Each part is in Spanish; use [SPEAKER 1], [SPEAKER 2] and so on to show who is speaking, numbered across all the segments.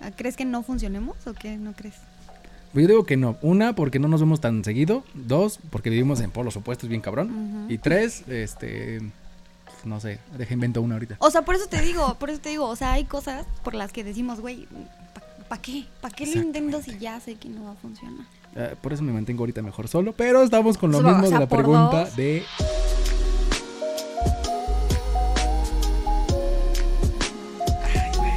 [SPEAKER 1] Ah, ¿Crees que no funcionemos o qué no crees?
[SPEAKER 2] Pues yo digo que no. Una, porque no nos vemos tan seguido. Dos, porque vivimos en polos opuestos, bien cabrón.
[SPEAKER 1] Ujú.
[SPEAKER 2] Y tres, este. No sé, deja invento una ahorita.
[SPEAKER 1] O sea, por eso te digo, por eso te digo, o sea, hay cosas por las que decimos, güey, ¿para qué? ¿Para qué lo intento si ya sé que no va a funcionar?
[SPEAKER 2] Eh, por eso me mantengo ahorita mejor solo. Pero estamos con lo
[SPEAKER 1] O
[SPEAKER 2] mismo de
[SPEAKER 1] sea,
[SPEAKER 2] la
[SPEAKER 1] por
[SPEAKER 2] pregunta
[SPEAKER 1] dos.
[SPEAKER 2] de. Ay, güey.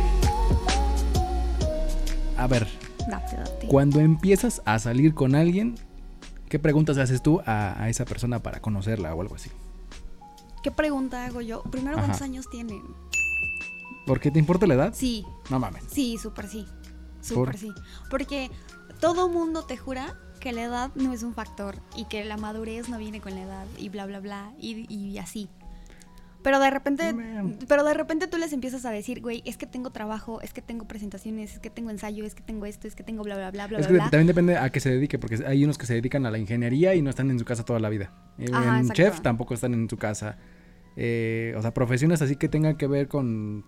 [SPEAKER 2] A ver,
[SPEAKER 1] Date, date.
[SPEAKER 2] cuando empiezas a salir con alguien, ¿qué preguntas le haces tú a, a esa persona para conocerla o algo así?
[SPEAKER 1] ¿Qué pregunta hago yo? Primero,
[SPEAKER 2] Ajá.
[SPEAKER 1] ¿cuántos años tienen?
[SPEAKER 2] ¿Por qué te importa la edad?
[SPEAKER 1] Sí,
[SPEAKER 2] No mames.
[SPEAKER 1] sí, súper sí.
[SPEAKER 2] ¿Por?
[SPEAKER 1] Súper sí. Porque todo mundo te jura que la edad no es un factor y que la madurez no viene con la edad y bla, bla, bla, y, y así. Pero de repente,
[SPEAKER 2] Man.
[SPEAKER 1] pero de repente tú les empiezas a decir, güey, es que tengo trabajo, es que tengo presentaciones, es que tengo ensayo, es que tengo esto, es que tengo bla, bla, bla, bla,
[SPEAKER 2] es que
[SPEAKER 1] bla. bla.
[SPEAKER 2] también depende a qué se dedique, porque hay unos que se dedican a la ingeniería y no están en su casa toda la vida. Eh,
[SPEAKER 1] Ajá,
[SPEAKER 2] en
[SPEAKER 1] exacto.
[SPEAKER 2] chef tampoco están en su casa. Eh, o sea, profesiones así que tengan que ver con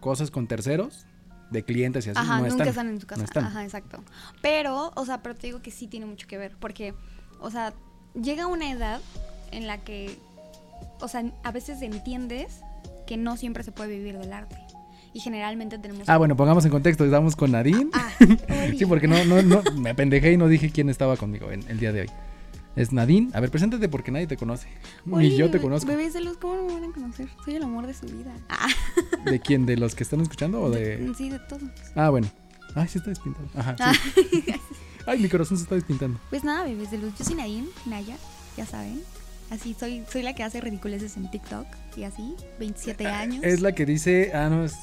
[SPEAKER 2] cosas con terceros, de clientes y así.
[SPEAKER 1] Ajá,
[SPEAKER 2] no
[SPEAKER 1] nunca
[SPEAKER 2] están.
[SPEAKER 1] están en tu casa.
[SPEAKER 2] No están.
[SPEAKER 1] Ajá, exacto. Pero, o sea, pero te digo que sí tiene mucho que ver, porque, o sea, llega una edad en la que, o sea, a veces entiendes que no siempre se puede vivir del arte. Y generalmente tenemos...
[SPEAKER 2] Ah, bueno, pongamos en contexto, estamos con Nadine.
[SPEAKER 1] Ah,
[SPEAKER 2] sí, porque no, no, no, me pendejé y no dije quién estaba conmigo en el día de hoy. Es Nadine. A ver, preséntate porque nadie te conoce. Ni
[SPEAKER 1] Oli,
[SPEAKER 2] yo te
[SPEAKER 1] bebé-
[SPEAKER 2] conozco.
[SPEAKER 1] Bebés de luz, ¿cómo no me van a conocer? Soy el amor de su vida. Ah,
[SPEAKER 2] ¿De quién? ¿De los que están escuchando o de.?
[SPEAKER 1] Sí, de todos.
[SPEAKER 2] Ah, bueno. Ay, se está despintando. Ajá.
[SPEAKER 1] Ah,
[SPEAKER 2] sí. Ay, mi corazón se está despintando.
[SPEAKER 1] pues nada, bebés de luz. Yo soy Nadine, Naya, ya saben. Así, soy, soy la que hace ridiculeces en TikTok y así, 27 años.
[SPEAKER 2] Es la que dice, ah, no, es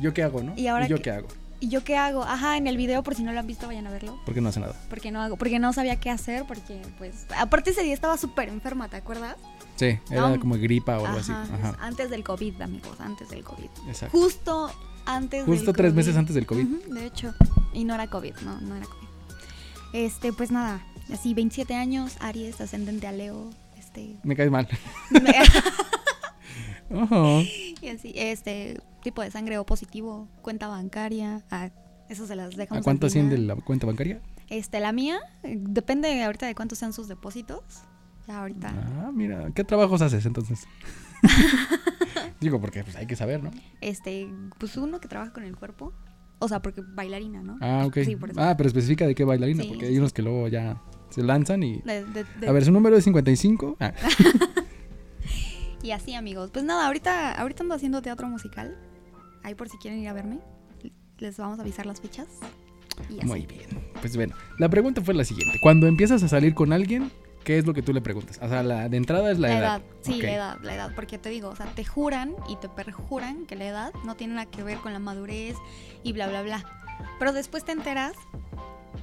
[SPEAKER 2] yo qué hago, ¿no?
[SPEAKER 1] ¿Y ahora
[SPEAKER 2] yo qué?
[SPEAKER 1] qué?
[SPEAKER 2] hago?
[SPEAKER 1] ¿Y yo qué hago? Ajá, en el video, por si no lo han visto, vayan a verlo.
[SPEAKER 2] Porque no hace nada.
[SPEAKER 1] Porque no hago, porque no sabía qué hacer, porque pues. Aparte ese día estaba súper enferma, ¿te acuerdas?
[SPEAKER 2] Sí, era
[SPEAKER 1] No.
[SPEAKER 2] como gripa o
[SPEAKER 1] Ajá,
[SPEAKER 2] algo así.
[SPEAKER 1] es
[SPEAKER 2] Ah, Ajá.
[SPEAKER 1] antes del COVID, amigos, antes del COVID.
[SPEAKER 2] Exacto.
[SPEAKER 1] Justo antes del
[SPEAKER 2] Justo tres
[SPEAKER 1] COVID.
[SPEAKER 2] meses antes del COVID.
[SPEAKER 1] Ujú, de hecho. Y no era COVID, no, no era COVID. Este, pues nada, así 27 años, Aries, ascendente a Leo, este.
[SPEAKER 2] Me caes mal. Ojo.
[SPEAKER 1] y así, este, tipo de sangre O positivo, cuenta bancaria, ah, eso se las dejamos.
[SPEAKER 2] ¿A
[SPEAKER 1] al
[SPEAKER 2] cuánto
[SPEAKER 1] final.
[SPEAKER 2] asciende la cuenta bancaria?
[SPEAKER 1] Este, la mía, eh, depende ahorita de cuántos sean sus depósitos. Ya ahorita.
[SPEAKER 2] Ah, mira, ¿qué trabajos haces entonces? Digo, porque pues, hay que saber, ¿no?
[SPEAKER 1] Este, pues uno que trabaja con el cuerpo. O sea, porque bailarina, ¿no?
[SPEAKER 2] Ah, ok.
[SPEAKER 1] Sí, por eso.
[SPEAKER 2] ah, pero especifica de qué bailarina,
[SPEAKER 1] Sí,
[SPEAKER 2] porque
[SPEAKER 1] sí,
[SPEAKER 2] hay unos que luego ya se lanzan y...
[SPEAKER 1] De- de- de-
[SPEAKER 2] Ah. A ver, su número es 55. Ah,
[SPEAKER 1] Y así, amigos. Pues nada, ahorita, ahorita ando haciendo teatro musical. Ahí por si quieren ir a verme. Les vamos a avisar las fechas. Y así.
[SPEAKER 2] muy bien. Pues bueno, la pregunta fue la siguiente. Cuando empiezas a salir con alguien, ¿qué es lo que tú le preguntas? O sea, la de entrada es la,
[SPEAKER 1] La edad, sí,
[SPEAKER 2] Ok.
[SPEAKER 1] la edad, la edad, porque te digo, o sea, te juran y te perjuran que la edad no tiene nada que ver con la madurez y bla, bla, bla. Pero después te enteras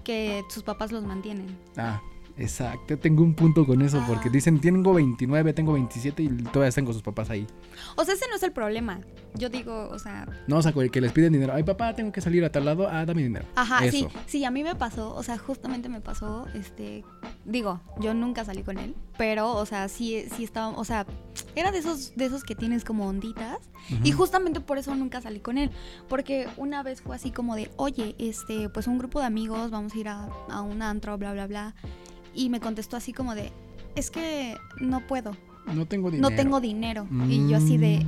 [SPEAKER 1] que sus papás los mantienen.
[SPEAKER 2] Ah, exacto. Tengo un punto con eso, porque
[SPEAKER 1] Ajá.
[SPEAKER 2] dicen, tengo 29, tengo 27 y todavía están con sus papás ahí.
[SPEAKER 1] O sea, ese no es el problema. Yo digo, o sea,
[SPEAKER 2] No, o sea, que que les piden dinero. Ay, papá, tengo que salir a tal lado. Ah, dame dinero.
[SPEAKER 1] ajá, sí,
[SPEAKER 2] Eso.
[SPEAKER 1] sí, a mí me pasó, o sea, justamente me pasó, este, digo, yo nunca salí con él, pero, o sea, sí, sí estaba, o sea, era de esos, de esos que tienes como onditas, y
[SPEAKER 2] Ujú.
[SPEAKER 1] justamente por eso nunca salí con él, porque una vez fue así como de, oye, este, pues un grupo de amigos, vamos a ir a, a un antro, bla, bla, bla, y me contestó así como de, es que no puedo,
[SPEAKER 2] No tengo dinero. Mm.
[SPEAKER 1] no tengo dinero, y yo así de...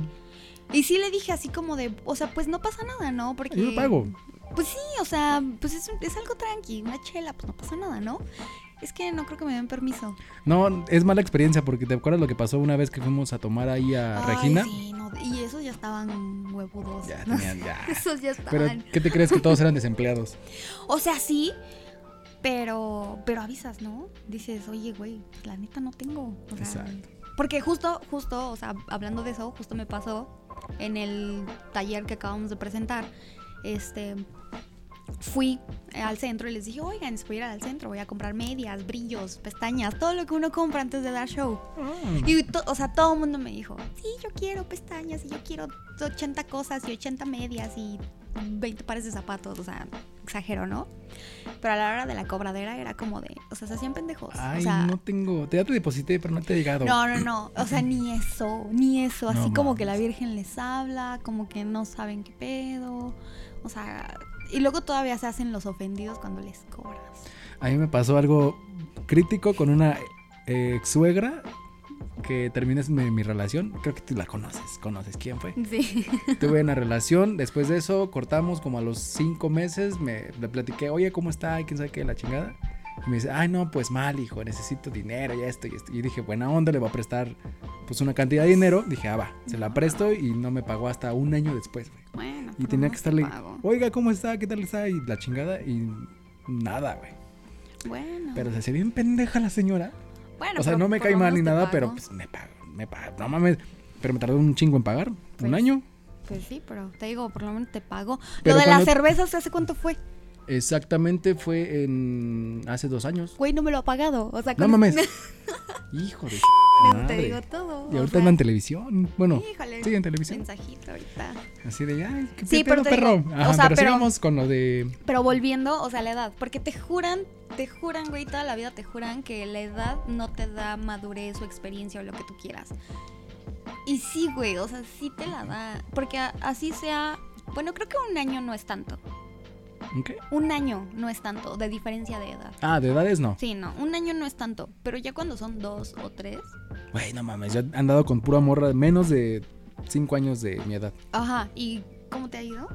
[SPEAKER 1] Y sí le dije así como de, o sea, pues no pasa nada, ¿no? Porque
[SPEAKER 2] Yo lo pago.
[SPEAKER 1] Pues sí, o sea, pues es, es algo tranqui, una chela, pues no pasa nada, ¿no? Es que no creo que me den permiso.
[SPEAKER 2] No, es mala experiencia porque te acuerdas lo que pasó una vez que fuimos a tomar ahí a
[SPEAKER 1] Ay,
[SPEAKER 2] Regina.
[SPEAKER 1] sí, no, y esos ya estaban huevudos.
[SPEAKER 2] Ya
[SPEAKER 1] ¿no?
[SPEAKER 2] tenían, ya.
[SPEAKER 1] Esos ya
[SPEAKER 2] Pero,
[SPEAKER 1] estaban.
[SPEAKER 2] ¿qué te crees que todos eran desempleados?
[SPEAKER 1] O sea, sí, pero, pero avisas, ¿no? Dices, oye, güey, pues la neta no tengo. O sea,
[SPEAKER 2] Exacto.
[SPEAKER 1] Porque justo, justo, o sea, hablando de eso, justo me pasó en el taller que acabamos de presentar. Este, fui al centro y les dije, oigan, si voy a ir al centro, voy a comprar medias, brillos, pestañas, todo lo que uno compra antes de dar show.
[SPEAKER 2] Mm.
[SPEAKER 1] Y, to- o sea, todo el mundo me dijo, sí, yo quiero pestañas y yo quiero 80 cosas y 80 medias y 20 pares de zapatos, o sea, exagero, ¿no? Pero a la hora de la cobradera era como de, o sea, se hacían pendejos.
[SPEAKER 2] Ay,
[SPEAKER 1] o sea,
[SPEAKER 2] no tengo. Te ya te deposité, pero no te he llegado.
[SPEAKER 1] no, no, no. O sea, ni eso, ni eso. Así
[SPEAKER 2] No
[SPEAKER 1] como que la
[SPEAKER 2] mames.
[SPEAKER 1] Virgen les habla, como que no saben qué pedo. O sea, Y luego todavía se hacen los ofendidos cuando les cobras.
[SPEAKER 2] A mí me pasó algo crítico con una ex suegra que termines mi, mi relación. Creo que tú la conoces, conoces quién fue.
[SPEAKER 1] Sí.
[SPEAKER 2] Tuve una relación, después de eso cortamos como a los cinco meses, me le platiqué, oye, ¿cómo está? Y quién sabe qué, la chingada. Y me dice, ay, no, pues mal, hijo, necesito dinero y esto y esto. Y dije, buena onda, le voy a prestar pues una cantidad de dinero. Dije, ah, va, se la presto y no me pagó hasta un año después, güey.
[SPEAKER 1] Bueno.
[SPEAKER 2] Y
[SPEAKER 1] pero
[SPEAKER 2] tenía
[SPEAKER 1] no te
[SPEAKER 2] que estarle, Oh,
[SPEAKER 1] pago.
[SPEAKER 2] oiga, ¿cómo está? ¿Qué tal está? Y la chingada y nada, güey.
[SPEAKER 1] Bueno.
[SPEAKER 2] Pero se hacía bien pendeja la señora.
[SPEAKER 1] bueno,
[SPEAKER 2] O sea,
[SPEAKER 1] pero
[SPEAKER 2] no me
[SPEAKER 1] por
[SPEAKER 2] cae
[SPEAKER 1] lo
[SPEAKER 2] mal
[SPEAKER 1] menos
[SPEAKER 2] ni
[SPEAKER 1] te
[SPEAKER 2] nada,
[SPEAKER 1] pago.
[SPEAKER 2] pero pues me pago, me pago. No mames, pero me tardó un chingo en pagar,
[SPEAKER 1] Pues,
[SPEAKER 2] un año.
[SPEAKER 1] Pues sí, pero te digo, por lo menos te pago.
[SPEAKER 2] Pero
[SPEAKER 1] Lo de
[SPEAKER 2] cuando-
[SPEAKER 1] las cervezas, ¿hace cuánto fue?
[SPEAKER 2] Exactamente, fue en hace dos años.
[SPEAKER 1] Güey, no me lo ha pagado. O sea,
[SPEAKER 2] No
[SPEAKER 1] con-
[SPEAKER 2] mames.
[SPEAKER 1] con
[SPEAKER 2] Hijo de
[SPEAKER 1] eso
[SPEAKER 2] madre.
[SPEAKER 1] te digo todo.
[SPEAKER 2] Y
[SPEAKER 1] o
[SPEAKER 2] ahorita
[SPEAKER 1] sea,
[SPEAKER 2] anda en televisión. Bueno,
[SPEAKER 1] híjole,
[SPEAKER 2] sí, en televisión.
[SPEAKER 1] Mensajito ahorita.
[SPEAKER 2] Así de, ay, qué
[SPEAKER 1] Sí, pero
[SPEAKER 2] pedo,
[SPEAKER 1] te
[SPEAKER 2] perro.
[SPEAKER 1] digo, o
[SPEAKER 2] Ajá,
[SPEAKER 1] sea,
[SPEAKER 2] pero,
[SPEAKER 1] pero-
[SPEAKER 2] sigamos con lo de.
[SPEAKER 1] Pero volviendo, o sea, la edad, porque te juran, te juran, güey, toda la vida te juran que la edad no te da madurez o experiencia o lo que tú quieras. Y sí, güey, o sea, sí te la da, porque a- así sea, bueno, creo que un año no es tanto,
[SPEAKER 2] ¿Qué?
[SPEAKER 1] un año no es tanto de diferencia de edad.
[SPEAKER 2] Ah, de edades no.
[SPEAKER 1] Sí, no, un año no es tanto, pero ya cuando son dos o tres,
[SPEAKER 2] Güey, no mames, yo he andado con pura morra de menos de cinco años de mi edad.
[SPEAKER 1] ajá, ¿y cómo te ha ido?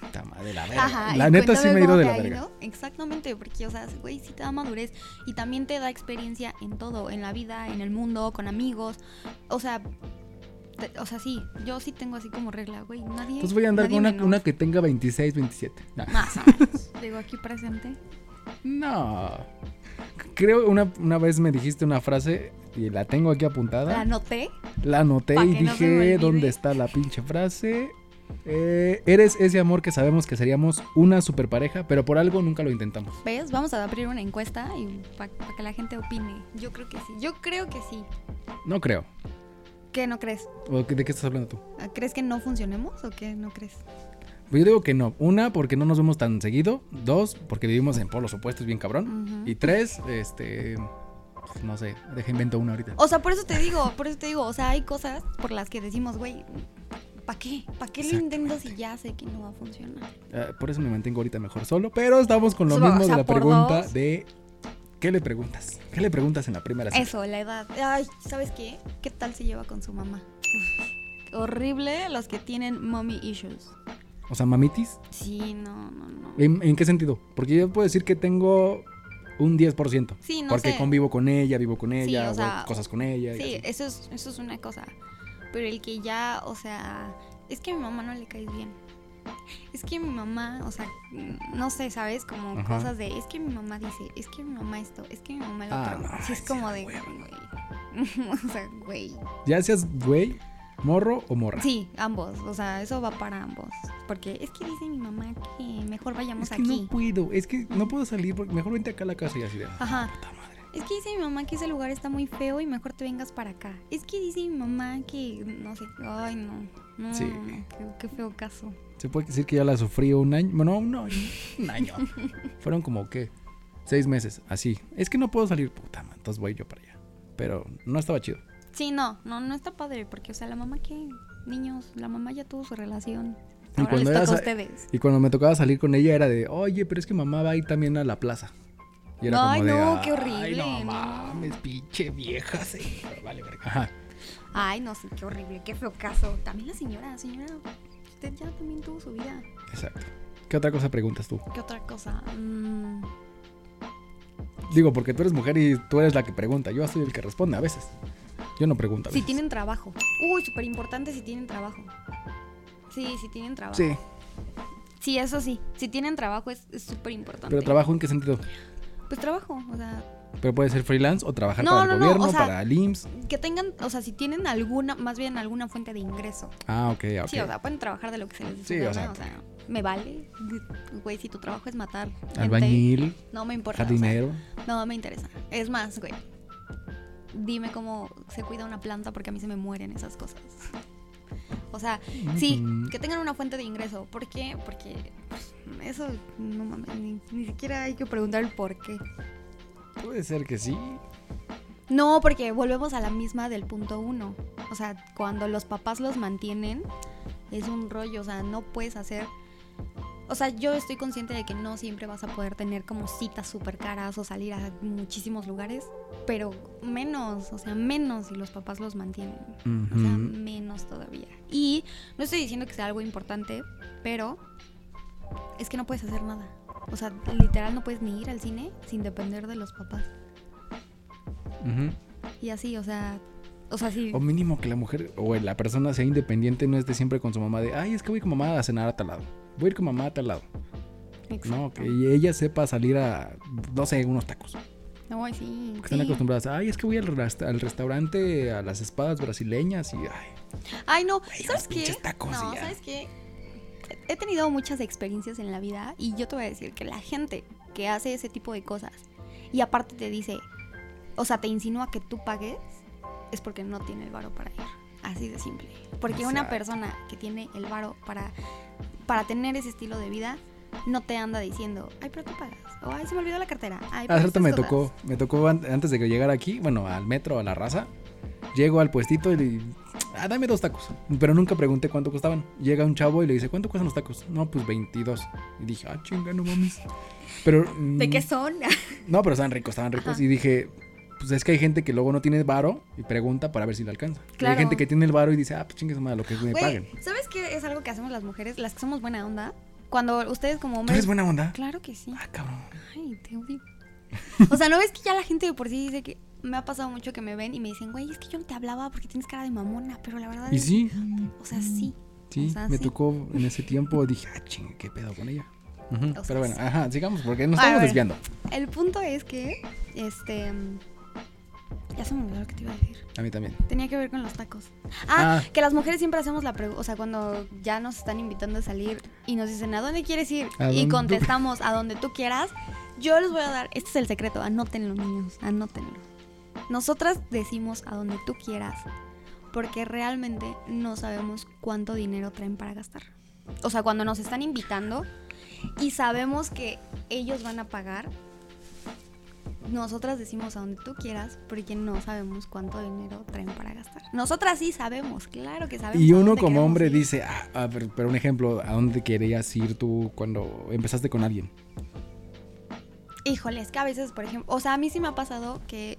[SPEAKER 2] Puta madre, la verga.
[SPEAKER 1] Ajá,
[SPEAKER 2] la
[SPEAKER 1] y
[SPEAKER 2] neta sí
[SPEAKER 1] cuéntame
[SPEAKER 2] me he ido
[SPEAKER 1] cómo
[SPEAKER 2] de
[SPEAKER 1] te
[SPEAKER 2] la
[SPEAKER 1] ha
[SPEAKER 2] verga.
[SPEAKER 1] ido. Exactamente, porque, o sea, güey, sí te da madurez y también te da experiencia en todo, en la vida, en el mundo, con amigos. O sea, te- o sea, sí, yo sí tengo así como regla, güey, nadie.
[SPEAKER 2] Entonces voy a andar
[SPEAKER 1] nadie
[SPEAKER 2] con una,
[SPEAKER 1] menor.
[SPEAKER 2] una que tenga 26, 27. Nah.
[SPEAKER 1] Más o menos. Digo, aquí presente.
[SPEAKER 2] No. Creo una, una vez me dijiste una frase y la tengo aquí apuntada.
[SPEAKER 1] La anoté.
[SPEAKER 2] La anoté
[SPEAKER 1] Pa'
[SPEAKER 2] y
[SPEAKER 1] que no se me
[SPEAKER 2] dije,
[SPEAKER 1] olvide.
[SPEAKER 2] ¿dónde está la pinche frase? Eh, eres ese amor que sabemos que seríamos una super pareja, pero por algo nunca lo intentamos.
[SPEAKER 1] ¿Ves? Vamos a abrir una encuesta y para que la gente opine. Yo creo que sí. Yo creo que sí.
[SPEAKER 2] No creo.
[SPEAKER 1] ¿Qué no crees?
[SPEAKER 2] ¿O qué- ¿De qué estás hablando tú?
[SPEAKER 1] ¿Ah, ¿Crees que no funcionemos o qué no crees?
[SPEAKER 2] Pues yo digo que no. Una, porque no nos vemos tan seguido. Dos, porque vivimos en polos opuestos, bien cabrón.
[SPEAKER 1] Ujú.
[SPEAKER 2] Y tres, este. pues, No sé, deja invento una ahorita.
[SPEAKER 1] O sea, por eso te digo, por eso te digo, o sea, hay cosas por las que decimos, güey, ¿para qué? ¿Para qué lo intento si ya sé que no va a funcionar?
[SPEAKER 2] Eh, por eso me mantengo ahorita mejor solo. Pero estamos con lo
[SPEAKER 1] Solo,
[SPEAKER 2] mismo
[SPEAKER 1] o sea,
[SPEAKER 2] de la
[SPEAKER 1] por
[SPEAKER 2] pregunta
[SPEAKER 1] dos.
[SPEAKER 2] de. ¿Qué le preguntas? ¿Qué le preguntas en la primera cita?
[SPEAKER 1] Eso, la edad. Ay, ¿sabes qué? ¿Qué tal se lleva con su mamá? Uf, horrible los que tienen mommy issues.
[SPEAKER 2] O sea, mamitis.
[SPEAKER 1] Sí, no, no, no.
[SPEAKER 2] ¿En, en qué sentido? Porque yo puedo decir que tengo un 10%.
[SPEAKER 1] Sí, no
[SPEAKER 2] porque
[SPEAKER 1] sé.
[SPEAKER 2] convivo con ella, vivo con
[SPEAKER 1] Sí,
[SPEAKER 2] ella,
[SPEAKER 1] o
[SPEAKER 2] hago
[SPEAKER 1] sea,
[SPEAKER 2] cosas con ella. y
[SPEAKER 1] Sí,
[SPEAKER 2] así.
[SPEAKER 1] eso es, eso es una cosa. Pero el que ya, o sea, es que a mi mamá no le caes bien. Es que mi mamá, o sea, mm, no sé, ¿sabes? Como
[SPEAKER 2] Ajá.
[SPEAKER 1] cosas de, es que mi mamá dice, es que mi mamá esto, es que mi mamá lo
[SPEAKER 2] Ah,
[SPEAKER 1] otro.
[SPEAKER 2] no,
[SPEAKER 1] Sí, es
[SPEAKER 2] sí,
[SPEAKER 1] como
[SPEAKER 2] la
[SPEAKER 1] de,
[SPEAKER 2] hueva.
[SPEAKER 1] güey. o sea, güey.
[SPEAKER 2] Ya seas güey, morro o morra.
[SPEAKER 1] Sí, ambos, o sea, eso va para ambos. Porque es que dice mi mamá que mejor
[SPEAKER 2] es
[SPEAKER 1] vayamos
[SPEAKER 2] que
[SPEAKER 1] aquí.
[SPEAKER 2] no puedo, es que no puedo salir, porque mejor vente acá a la casa y así de.
[SPEAKER 1] Ajá.
[SPEAKER 2] Puta madre.
[SPEAKER 1] Es que dice mi mamá que ese lugar está muy feo y mejor te vengas para acá. Es que dice mi mamá que, no sé, ay no. No,
[SPEAKER 2] Sí.
[SPEAKER 1] no, no, qué, qué feo caso.
[SPEAKER 2] Se puede decir que ya la sufrí un año. Bueno, no, un año. Fueron como que seis meses, así. Es que no puedo salir, puta madre. Entonces voy yo para allá. Pero no estaba chido.
[SPEAKER 1] Sí, no, no, no está padre, porque, o sea, la mamá que, niños, la mamá ya tuvo su relación.
[SPEAKER 2] Y
[SPEAKER 1] Ahora
[SPEAKER 2] cuando
[SPEAKER 1] les toca
[SPEAKER 2] eras-
[SPEAKER 1] a ustedes.
[SPEAKER 2] Y cuando me tocaba salir con ella era de, oye, pero es que mamá va a ir también a la plaza. Y era
[SPEAKER 1] Ay,
[SPEAKER 2] como de,
[SPEAKER 1] no, qué
[SPEAKER 2] Ay, no
[SPEAKER 1] horrible, no".
[SPEAKER 2] mames, pinche vieja, señora. Vale, verga. Ajá.
[SPEAKER 1] Ay, no, sí, qué horrible, qué feo caso. También la señora, señora, usted ya también tuvo su vida.
[SPEAKER 2] Exacto. ¿Qué otra cosa preguntas tú?
[SPEAKER 1] ¿Qué otra cosa? Mm,
[SPEAKER 2] Digo, porque tú eres mujer y tú eres la que pregunta. Yo soy el que responde a veces. Yo no pregunto a
[SPEAKER 1] si
[SPEAKER 2] veces.
[SPEAKER 1] tienen trabajo. Uy, súper importante si tienen trabajo. Sí, si tienen trabajo.
[SPEAKER 2] Sí.
[SPEAKER 1] Sí, eso sí. Si tienen trabajo es es súper importante.
[SPEAKER 2] Pero trabajo en qué sentido?
[SPEAKER 1] Pues trabajo, o sea,
[SPEAKER 2] Pero puede ser freelance o trabajar
[SPEAKER 1] No,
[SPEAKER 2] para el
[SPEAKER 1] no, no,
[SPEAKER 2] gobierno,
[SPEAKER 1] o sea-
[SPEAKER 2] para el IMSS.
[SPEAKER 1] que tengan, o sea, si tienen alguna, más bien alguna fuente de ingreso.
[SPEAKER 2] Ah, ok, ok.
[SPEAKER 1] Sí, o sea, pueden trabajar de lo que se les dé su
[SPEAKER 2] Sí, o
[SPEAKER 1] gana,
[SPEAKER 2] sea.
[SPEAKER 1] o sea, me vale. Güey, si tu trabajo es matar gente,
[SPEAKER 2] Albañil,
[SPEAKER 1] no me importa. o sea,
[SPEAKER 2] jardinero.
[SPEAKER 1] no me interesa. Es más, güey. Dime cómo se cuida una planta porque a mí se me mueren esas cosas. O sea, sí,
[SPEAKER 2] Mm.
[SPEAKER 1] que tengan una fuente de ingreso. ¿Por qué? Porque pues, eso no mames, ni, ni siquiera hay que preguntar el por qué.
[SPEAKER 2] Puede ser que sí.
[SPEAKER 1] No, porque volvemos a la misma del punto uno. O sea, cuando los papás los mantienen, es un rollo. O sea, no puedes hacer o sea, yo estoy consciente de que no siempre vas a poder tener como citas súper caras o salir a muchísimos lugares, pero menos, o sea, menos si los papás los mantienen.
[SPEAKER 2] Ujú.
[SPEAKER 1] O sea, menos todavía. Y no estoy diciendo que sea algo importante, pero es que no puedes hacer nada. O sea, literal no puedes ni ir al cine sin depender de los papás.
[SPEAKER 2] Ujú.
[SPEAKER 1] Y así, o sea, o sea, sí.
[SPEAKER 2] O mínimo que la mujer o la persona sea independiente, no esté siempre con su mamá de, ay, es que voy con mamá a cenar a tal lado. Voy a ir con mamá a tal lado. No,
[SPEAKER 1] Exacto.
[SPEAKER 2] que ella sepa salir a, no sé, unos tacos.
[SPEAKER 1] Ay, sí,
[SPEAKER 2] Que están
[SPEAKER 1] sí.
[SPEAKER 2] acostumbradas, ay, es que voy al, rast- al restaurante a las espadas brasileñas y, ay,
[SPEAKER 1] Eh, Ay, no,
[SPEAKER 2] Güey, unos
[SPEAKER 1] ¿sabes qué?
[SPEAKER 2] pinches tacos
[SPEAKER 1] no,
[SPEAKER 2] y ya.
[SPEAKER 1] ¿sabes qué? He tenido muchas experiencias en la vida y yo te voy a decir que la gente que hace ese tipo de cosas y aparte te dice, o sea, te insinúa que tú pagues, es porque no tiene el varo para ir. Así de simple. Porque una
[SPEAKER 2] Exacto.
[SPEAKER 1] persona que tiene el varo para, para tener ese estilo de vida no te anda diciendo, ay, pero tú pagas. O ay, se me olvidó la cartera. Ay, pero
[SPEAKER 2] Hace rato
[SPEAKER 1] estas
[SPEAKER 2] me
[SPEAKER 1] cosas".
[SPEAKER 2] tocó, me tocó an- antes de que llegara aquí, bueno, al metro, a la raza. Llego al puestito y le ah, dame dos tacos. Pero nunca pregunté cuánto costaban. Llega un chavo y le dice, ¿cuánto cuestan los tacos? No, pues 22. Y dije, ah, chinga, no mames. Pero.
[SPEAKER 1] ¿De
[SPEAKER 2] mm,
[SPEAKER 1] qué son?
[SPEAKER 2] No, pero estaban ricos, estaban ricos.
[SPEAKER 1] Ajá.
[SPEAKER 2] Y dije, pues es que hay gente que luego no tiene varo y pregunta para ver si le alcanza. Y
[SPEAKER 1] Claro.
[SPEAKER 2] hay gente que tiene el varo y dice, ah, pues chingue su madre, lo que me
[SPEAKER 1] Güey,
[SPEAKER 2] paguen.
[SPEAKER 1] ¿sabes qué es algo que hacemos las mujeres? Las que somos buena onda. Cuando ustedes como
[SPEAKER 2] ¿Tú
[SPEAKER 1] hombres...
[SPEAKER 2] eres buena onda?
[SPEAKER 1] Claro que sí.
[SPEAKER 2] Ah, cabrón.
[SPEAKER 1] Ay, te odio. O sea, ¿no ves que ya la gente de por sí dice que... Me ha pasado mucho que me ven y me dicen, güey, es que yo no te hablaba porque tienes cara de mamona, pero la verdad
[SPEAKER 2] Y
[SPEAKER 1] es...
[SPEAKER 2] sí,
[SPEAKER 1] O sea, sí.
[SPEAKER 2] sí,
[SPEAKER 1] O sea,
[SPEAKER 2] me
[SPEAKER 1] sí.
[SPEAKER 2] tocó en ese tiempo. Dije, ah, chingue, qué pedo con ella. Ujú,
[SPEAKER 1] sea,
[SPEAKER 2] pero bueno,
[SPEAKER 1] sí.
[SPEAKER 2] ajá, sigamos porque
[SPEAKER 1] A
[SPEAKER 2] nos estamos
[SPEAKER 1] ver.
[SPEAKER 2] desviando.
[SPEAKER 1] El punto es que, este... mm, Ya se me olvidó lo que te iba a decir.
[SPEAKER 2] A mí también.
[SPEAKER 1] Tenía que ver con los tacos. Ah,
[SPEAKER 2] Ah.
[SPEAKER 1] que las mujeres siempre hacemos la pregunta, o sea, cuando ya nos están invitando a salir y nos dicen, ¿a dónde quieres ir?
[SPEAKER 2] ¿A
[SPEAKER 1] Y
[SPEAKER 2] dónde tú-
[SPEAKER 1] contestamos, a donde tú quieras. Yo les voy a dar, este es el secreto, anótenlo niños, anótenlo. Nosotras decimos a donde tú quieras, porque realmente no sabemos cuánto dinero traen para gastar. O sea, cuando nos están invitando y sabemos que ellos van a pagar, nosotras decimos a donde tú quieras porque no sabemos cuánto dinero traen para gastar. Nosotras sí sabemos, claro que sabemos.
[SPEAKER 2] Y
[SPEAKER 1] a
[SPEAKER 2] uno
[SPEAKER 1] dónde
[SPEAKER 2] como
[SPEAKER 1] queremos
[SPEAKER 2] hombre
[SPEAKER 1] ir.
[SPEAKER 2] dice, ah, a ver, pero un ejemplo, ¿a dónde querías ir tú cuando empezaste con alguien?
[SPEAKER 1] Híjole, es que a veces, por ejemplo, o sea, a mí sí me ha pasado que,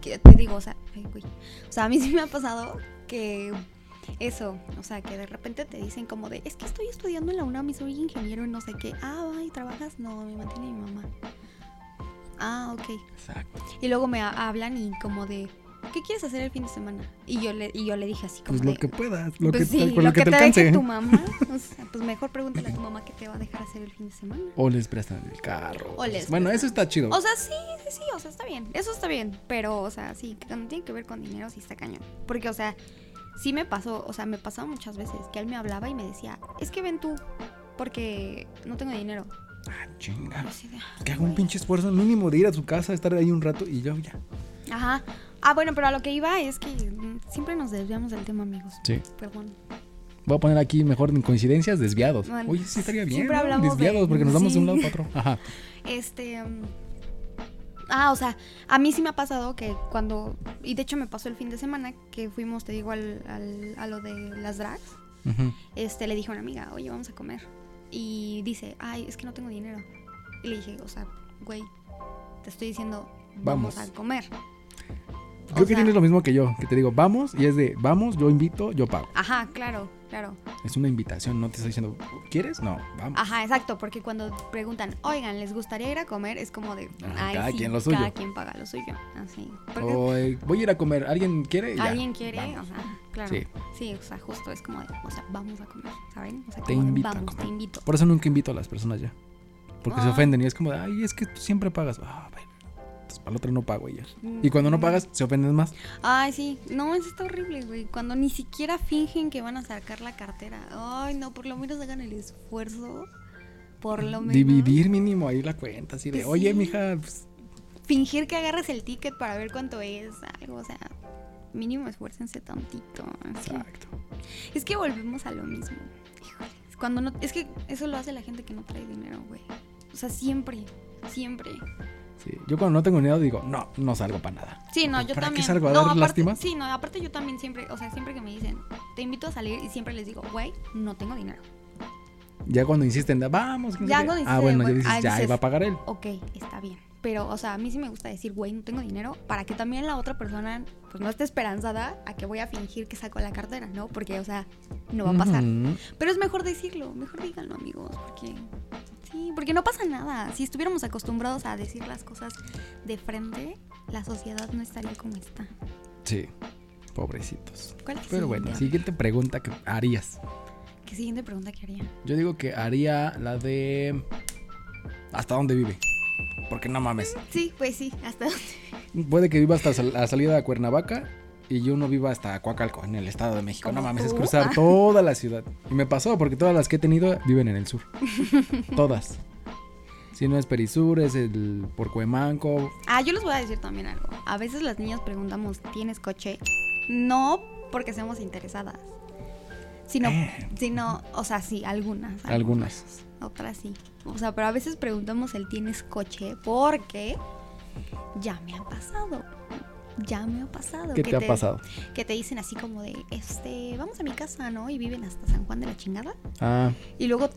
[SPEAKER 1] que te digo, o sea, ay, güey. o sea, a mí sí me ha pasado que eso, o sea, que de repente te dicen como de, es que estoy estudiando en la UNAM y soy ingeniero y no sé qué, ah, ¿y trabajas? No, me mantiene mi mamá. Ah, ok.
[SPEAKER 2] Exacto.
[SPEAKER 1] Y luego me ha- hablan y como de, ¿qué quieres hacer el fin de semana? Y yo le, y yo le dije así como
[SPEAKER 2] Pues lo
[SPEAKER 1] de,
[SPEAKER 2] que puedas, lo
[SPEAKER 1] pues
[SPEAKER 2] que,
[SPEAKER 1] sí,
[SPEAKER 2] con lo, que, te,
[SPEAKER 1] deje
[SPEAKER 2] alcance.
[SPEAKER 1] tu mamá, o sea, pues mejor pregúntale a tu mamá qué te va a dejar hacer el fin de semana.
[SPEAKER 2] O les prestan el carro.
[SPEAKER 1] O les
[SPEAKER 2] bueno,
[SPEAKER 1] prestan.
[SPEAKER 2] eso está chido.
[SPEAKER 1] O sea, sí, sí, sí, o sea, está bien. Eso está bien. Pero, o sea, sí, cuando tiene que ver con dinero, sí está cañón. Porque, o sea, sí me pasó, o sea, me pasó muchas veces que él me hablaba y me decía, es que ven tú, porque no tengo dinero.
[SPEAKER 2] Ah, chinga.
[SPEAKER 1] Y yo así de, "Ah,
[SPEAKER 2] Que haga un
[SPEAKER 1] güey".
[SPEAKER 2] pinche esfuerzo mínimo de ir a su casa, estar ahí un rato y yo ya.
[SPEAKER 1] Ajá. Ah, bueno, pero a lo que iba es que mm, siempre nos desviamos del tema, amigos.
[SPEAKER 2] Sí.
[SPEAKER 1] Perdón.
[SPEAKER 2] Voy a poner aquí mejor en coincidencias, desviados.
[SPEAKER 1] Bueno,
[SPEAKER 2] Oye, sí estaría bien.
[SPEAKER 1] siempre
[SPEAKER 2] ¿no?
[SPEAKER 1] hablamos de-
[SPEAKER 2] Desviados, porque nos vamos de un
[SPEAKER 1] sí.
[SPEAKER 2] lado para otro. Ajá.
[SPEAKER 1] Este. mm, Ah, o sea, a mí sí me ha pasado que cuando. Y de hecho me pasó el fin de semana que fuimos, te digo, al- al- a lo de las drags.
[SPEAKER 2] Ujú.
[SPEAKER 1] este, le dije a una amiga, oye, vamos a comer. Y dice, ay, es que no tengo dinero. Y le dije, o sea, güey, te estoy diciendo, vamos,
[SPEAKER 2] Vamos.
[SPEAKER 1] a comer. O
[SPEAKER 2] Creo que
[SPEAKER 1] sea-
[SPEAKER 2] tienes lo mismo que yo, que te digo, vamos, y es de, vamos, yo invito, yo pago.
[SPEAKER 1] Ajá, claro, claro.
[SPEAKER 2] Es una invitación, no te estoy diciendo, ¿quieres? No, vamos.
[SPEAKER 1] Ajá, exacto, porque cuando preguntan, oigan, ¿les gustaría ir a comer? Es como de,
[SPEAKER 2] Ajá,
[SPEAKER 1] ay,
[SPEAKER 2] cada
[SPEAKER 1] sí,
[SPEAKER 2] quien lo
[SPEAKER 1] Cada
[SPEAKER 2] suyo".
[SPEAKER 1] quien paga lo suyo, así. Porque
[SPEAKER 2] O, eh, voy a ir a comer, ¿alguien quiere? Ya,
[SPEAKER 1] alguien quiere,
[SPEAKER 2] vamos.
[SPEAKER 1] o sea, claro.
[SPEAKER 2] Sí.
[SPEAKER 1] Sí. o sea, justo es como de, o sea, vamos a comer, ¿saben? O sea,
[SPEAKER 2] Te
[SPEAKER 1] como de,
[SPEAKER 2] invito a
[SPEAKER 1] vamos,
[SPEAKER 2] comer.
[SPEAKER 1] te invito.
[SPEAKER 2] Por eso nunca invito a las personas ya. Porque se
[SPEAKER 1] Ah.
[SPEAKER 2] ofenden y es como, de, ay, es que tú siempre pagas. Ah, bueno, entonces para la otra no pago y ya. Y cuando no
[SPEAKER 1] Mm.
[SPEAKER 2] pagas, se ofenden más.
[SPEAKER 1] Ay, sí. No, eso está horrible, güey. Cuando ni siquiera fingen que van a sacar la cartera. Ay, no, por lo menos hagan el esfuerzo. Por lo menos.
[SPEAKER 2] Dividir mínimo ahí la cuenta, así de,
[SPEAKER 1] Pues
[SPEAKER 2] oye,
[SPEAKER 1] sí.
[SPEAKER 2] mija, pues,
[SPEAKER 1] Fingir que agarras el ticket para ver cuánto es. Algo, o sea, mínimo esfuércense tantito. Es que,
[SPEAKER 2] exacto.
[SPEAKER 1] es que volvemos a lo mismo. Híjole. es Cuando no, es que eso lo hace la gente que no trae dinero, güey. O sea, siempre, siempre.
[SPEAKER 2] Sí, Yo cuando no tengo dinero digo, no, no salgo para nada.
[SPEAKER 1] Sí, no, yo
[SPEAKER 2] ¿Para qué
[SPEAKER 1] también.
[SPEAKER 2] salgo a
[SPEAKER 1] no,
[SPEAKER 2] dar
[SPEAKER 1] aparte,
[SPEAKER 2] lástimas?
[SPEAKER 1] Sí, no, aparte yo también siempre, o sea, siempre que me dicen, te invito a salir y siempre les digo, güey, no tengo dinero.
[SPEAKER 2] Ya cuando insisten, vamos. que no
[SPEAKER 1] Ya
[SPEAKER 2] sé qué.
[SPEAKER 1] cuando
[SPEAKER 2] Ah,
[SPEAKER 1] insisten,
[SPEAKER 2] bueno, ya
[SPEAKER 1] bueno,
[SPEAKER 2] dices,
[SPEAKER 1] ah,
[SPEAKER 2] ya
[SPEAKER 1] dices,
[SPEAKER 2] iba a pagar él.
[SPEAKER 1] ok, está bien. Pero, o sea, a mí sí me gusta decir, güey, no tengo dinero, para que también la otra persona pues no esté esperanzada a que voy a fingir que saco la cartera, ¿no? Porque, o sea, no va a pasar.
[SPEAKER 2] Ujú.
[SPEAKER 1] Pero es mejor decirlo, mejor díganlo, amigos, porque sí, porque no pasa nada. Si estuviéramos acostumbrados a decir las cosas de frente, la sociedad no estaría como está.
[SPEAKER 2] Sí, pobrecitos.
[SPEAKER 1] ¿Cuál es la
[SPEAKER 2] Pero bueno,
[SPEAKER 1] siguiente?
[SPEAKER 2] siguiente pregunta que harías.
[SPEAKER 1] ¿Qué siguiente pregunta que haría?
[SPEAKER 2] Yo digo que haría la de. ¿Hasta dónde vive? Porque no mames.
[SPEAKER 1] Sí, pues sí, hasta dónde.
[SPEAKER 2] Puede que viva hasta sal- la salida de Cuernavaca y yo no viva hasta Coacalco, en el Estado de México. No
[SPEAKER 1] Como
[SPEAKER 2] mames, es
[SPEAKER 1] tú.
[SPEAKER 2] cruzar
[SPEAKER 1] Ah.
[SPEAKER 2] toda la ciudad. Y me pasó porque todas las que he tenido viven en el sur. todas. Si no es Perisur, es el Porcuemanco.
[SPEAKER 1] Ah, yo les voy a decir también algo. A veces las niñas preguntamos, ¿tienes coche? No porque seamos interesadas. Sino,
[SPEAKER 2] Eh.
[SPEAKER 1] sino, o sea, sí, algunas.
[SPEAKER 2] Algunas.
[SPEAKER 1] Otras sí. O sea, pero a veces preguntamos el tienes coche porque ya me ha pasado. Ya me ha pasado.
[SPEAKER 2] ¿Qué
[SPEAKER 1] que
[SPEAKER 2] te ha pasado?
[SPEAKER 1] Que te dicen así como de, este, vamos a mi casa, ¿no? Y viven hasta San Juan de la chingada.
[SPEAKER 2] Ah,
[SPEAKER 1] Y luego,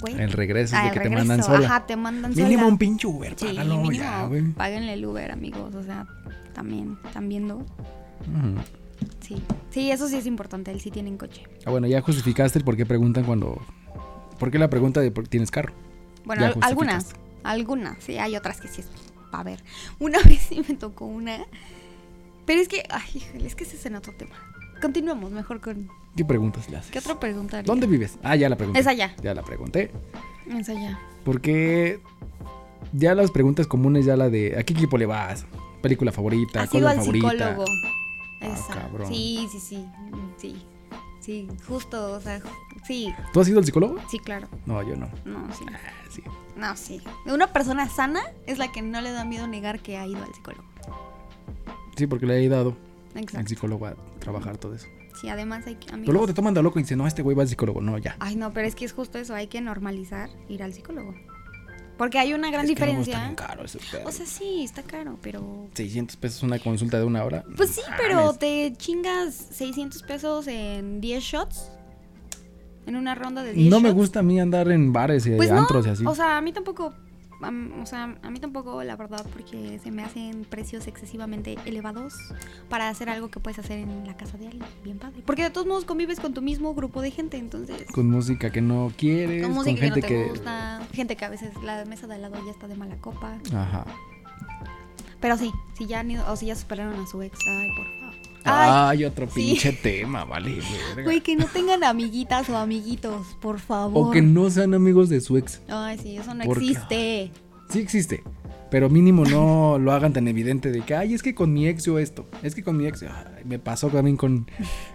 [SPEAKER 1] güey,
[SPEAKER 2] el regreso es
[SPEAKER 1] al
[SPEAKER 2] de que te
[SPEAKER 1] Ah, regreso,
[SPEAKER 2] mandan sola.
[SPEAKER 1] Ajá, te mandan sola.
[SPEAKER 2] Mínimo un pinche Uber,
[SPEAKER 1] Sí,
[SPEAKER 2] págalo
[SPEAKER 1] mínimo,
[SPEAKER 2] ya, güey.
[SPEAKER 1] páguenle el Uber, amigos. O sea, también, están viendo.
[SPEAKER 2] Ujú.
[SPEAKER 1] Sí. Sí, eso sí es importante, el sí tienen coche.
[SPEAKER 2] Ah, bueno, ya justificaste el por qué preguntan cuando. ¿Por qué la pregunta de por qué tienes carro?
[SPEAKER 1] Bueno,
[SPEAKER 2] Ya
[SPEAKER 1] al- algunas.
[SPEAKER 2] justificaste.
[SPEAKER 1] Algunas, sí, hay otras que sí es para ver. Una vez sí me tocó una. Pero es que, ay, híjole, es que ese es en otro tema. Continuamos mejor con.
[SPEAKER 2] ¿Qué preguntas le haces?
[SPEAKER 1] ¿Qué otra pregunta? haría?
[SPEAKER 2] ¿Dónde vives? Ah, ya la pregunté.
[SPEAKER 1] Esa ya.
[SPEAKER 2] Ya la pregunté.
[SPEAKER 1] Esa ya.
[SPEAKER 2] Porque ya las preguntas comunes, ya la de ¿a qué equipo le vas? Película favorita,
[SPEAKER 1] ¿Has ido
[SPEAKER 2] cosa
[SPEAKER 1] al
[SPEAKER 2] favorita.
[SPEAKER 1] psicólogo?
[SPEAKER 2] Ah,
[SPEAKER 1] Esa.
[SPEAKER 2] cabrón.
[SPEAKER 1] sí, sí, sí. Sí. Sí, justo, o sea, sí,
[SPEAKER 2] ¿Tú has ido al psicólogo?
[SPEAKER 1] sí, claro.
[SPEAKER 2] No, yo no.
[SPEAKER 1] No, sí.
[SPEAKER 2] Ah, sí.
[SPEAKER 1] No, sí. Una persona sana es la que no le da miedo negar que ha ido al psicólogo.
[SPEAKER 2] Sí, porque le he dado al
[SPEAKER 1] Exacto.
[SPEAKER 2] psicólogo a trabajar todo eso.
[SPEAKER 1] Sí, además hay que...
[SPEAKER 2] Pero
[SPEAKER 1] amigos-
[SPEAKER 2] luego te toman de loco y dicen, no, este güey va al psicólogo. No, ya.
[SPEAKER 1] Ay, no, pero es que es justo eso. Hay que normalizar ir al psicólogo. Porque hay una gran
[SPEAKER 2] Es que luego está
[SPEAKER 1] diferencia. ¿eh?
[SPEAKER 2] bien caro ese pedo.
[SPEAKER 1] O sea, sí, está caro, pero...
[SPEAKER 2] 600 pesos una consulta de una hora.
[SPEAKER 1] Pues sí,
[SPEAKER 2] No
[SPEAKER 1] pero
[SPEAKER 2] mames.
[SPEAKER 1] te chingas 600 pesos en 10 shots. En una ronda de 10
[SPEAKER 2] No me
[SPEAKER 1] shots.
[SPEAKER 2] gusta a mí andar en bares y
[SPEAKER 1] Pues no,
[SPEAKER 2] antros y así.
[SPEAKER 1] O sea, a mí tampoco... am- O sea, a mí tampoco, la verdad, porque se me hacen precios excesivamente elevados para hacer algo que puedes hacer en la casa de alguien. Bien padre. Porque de todos modos convives con tu mismo grupo de gente, entonces...
[SPEAKER 2] con música que no quieres,
[SPEAKER 1] Con
[SPEAKER 2] con,
[SPEAKER 1] música
[SPEAKER 2] gente
[SPEAKER 1] que no te
[SPEAKER 2] que.
[SPEAKER 1] gusta, gente que a veces la mesa de al lado ya está de mala copa.
[SPEAKER 2] Ajá.
[SPEAKER 1] Pero sí, si ya han ido, o si ya superaron a su ex, ay, por favor. Ay,
[SPEAKER 2] Ay, otro
[SPEAKER 1] sí.
[SPEAKER 2] pinche tema, vale. verga.
[SPEAKER 1] güey, que no tengan amiguitas o amiguitos, por favor.
[SPEAKER 2] O que no sean amigos de su ex.
[SPEAKER 1] Ay, sí, eso no
[SPEAKER 2] Porque- ah.
[SPEAKER 1] existe.
[SPEAKER 2] Sí existe. Pero mínimo no lo hagan tan evidente de que, ay, es que con mi ex yo esto. Es que con mi ex. ay, me pasó también con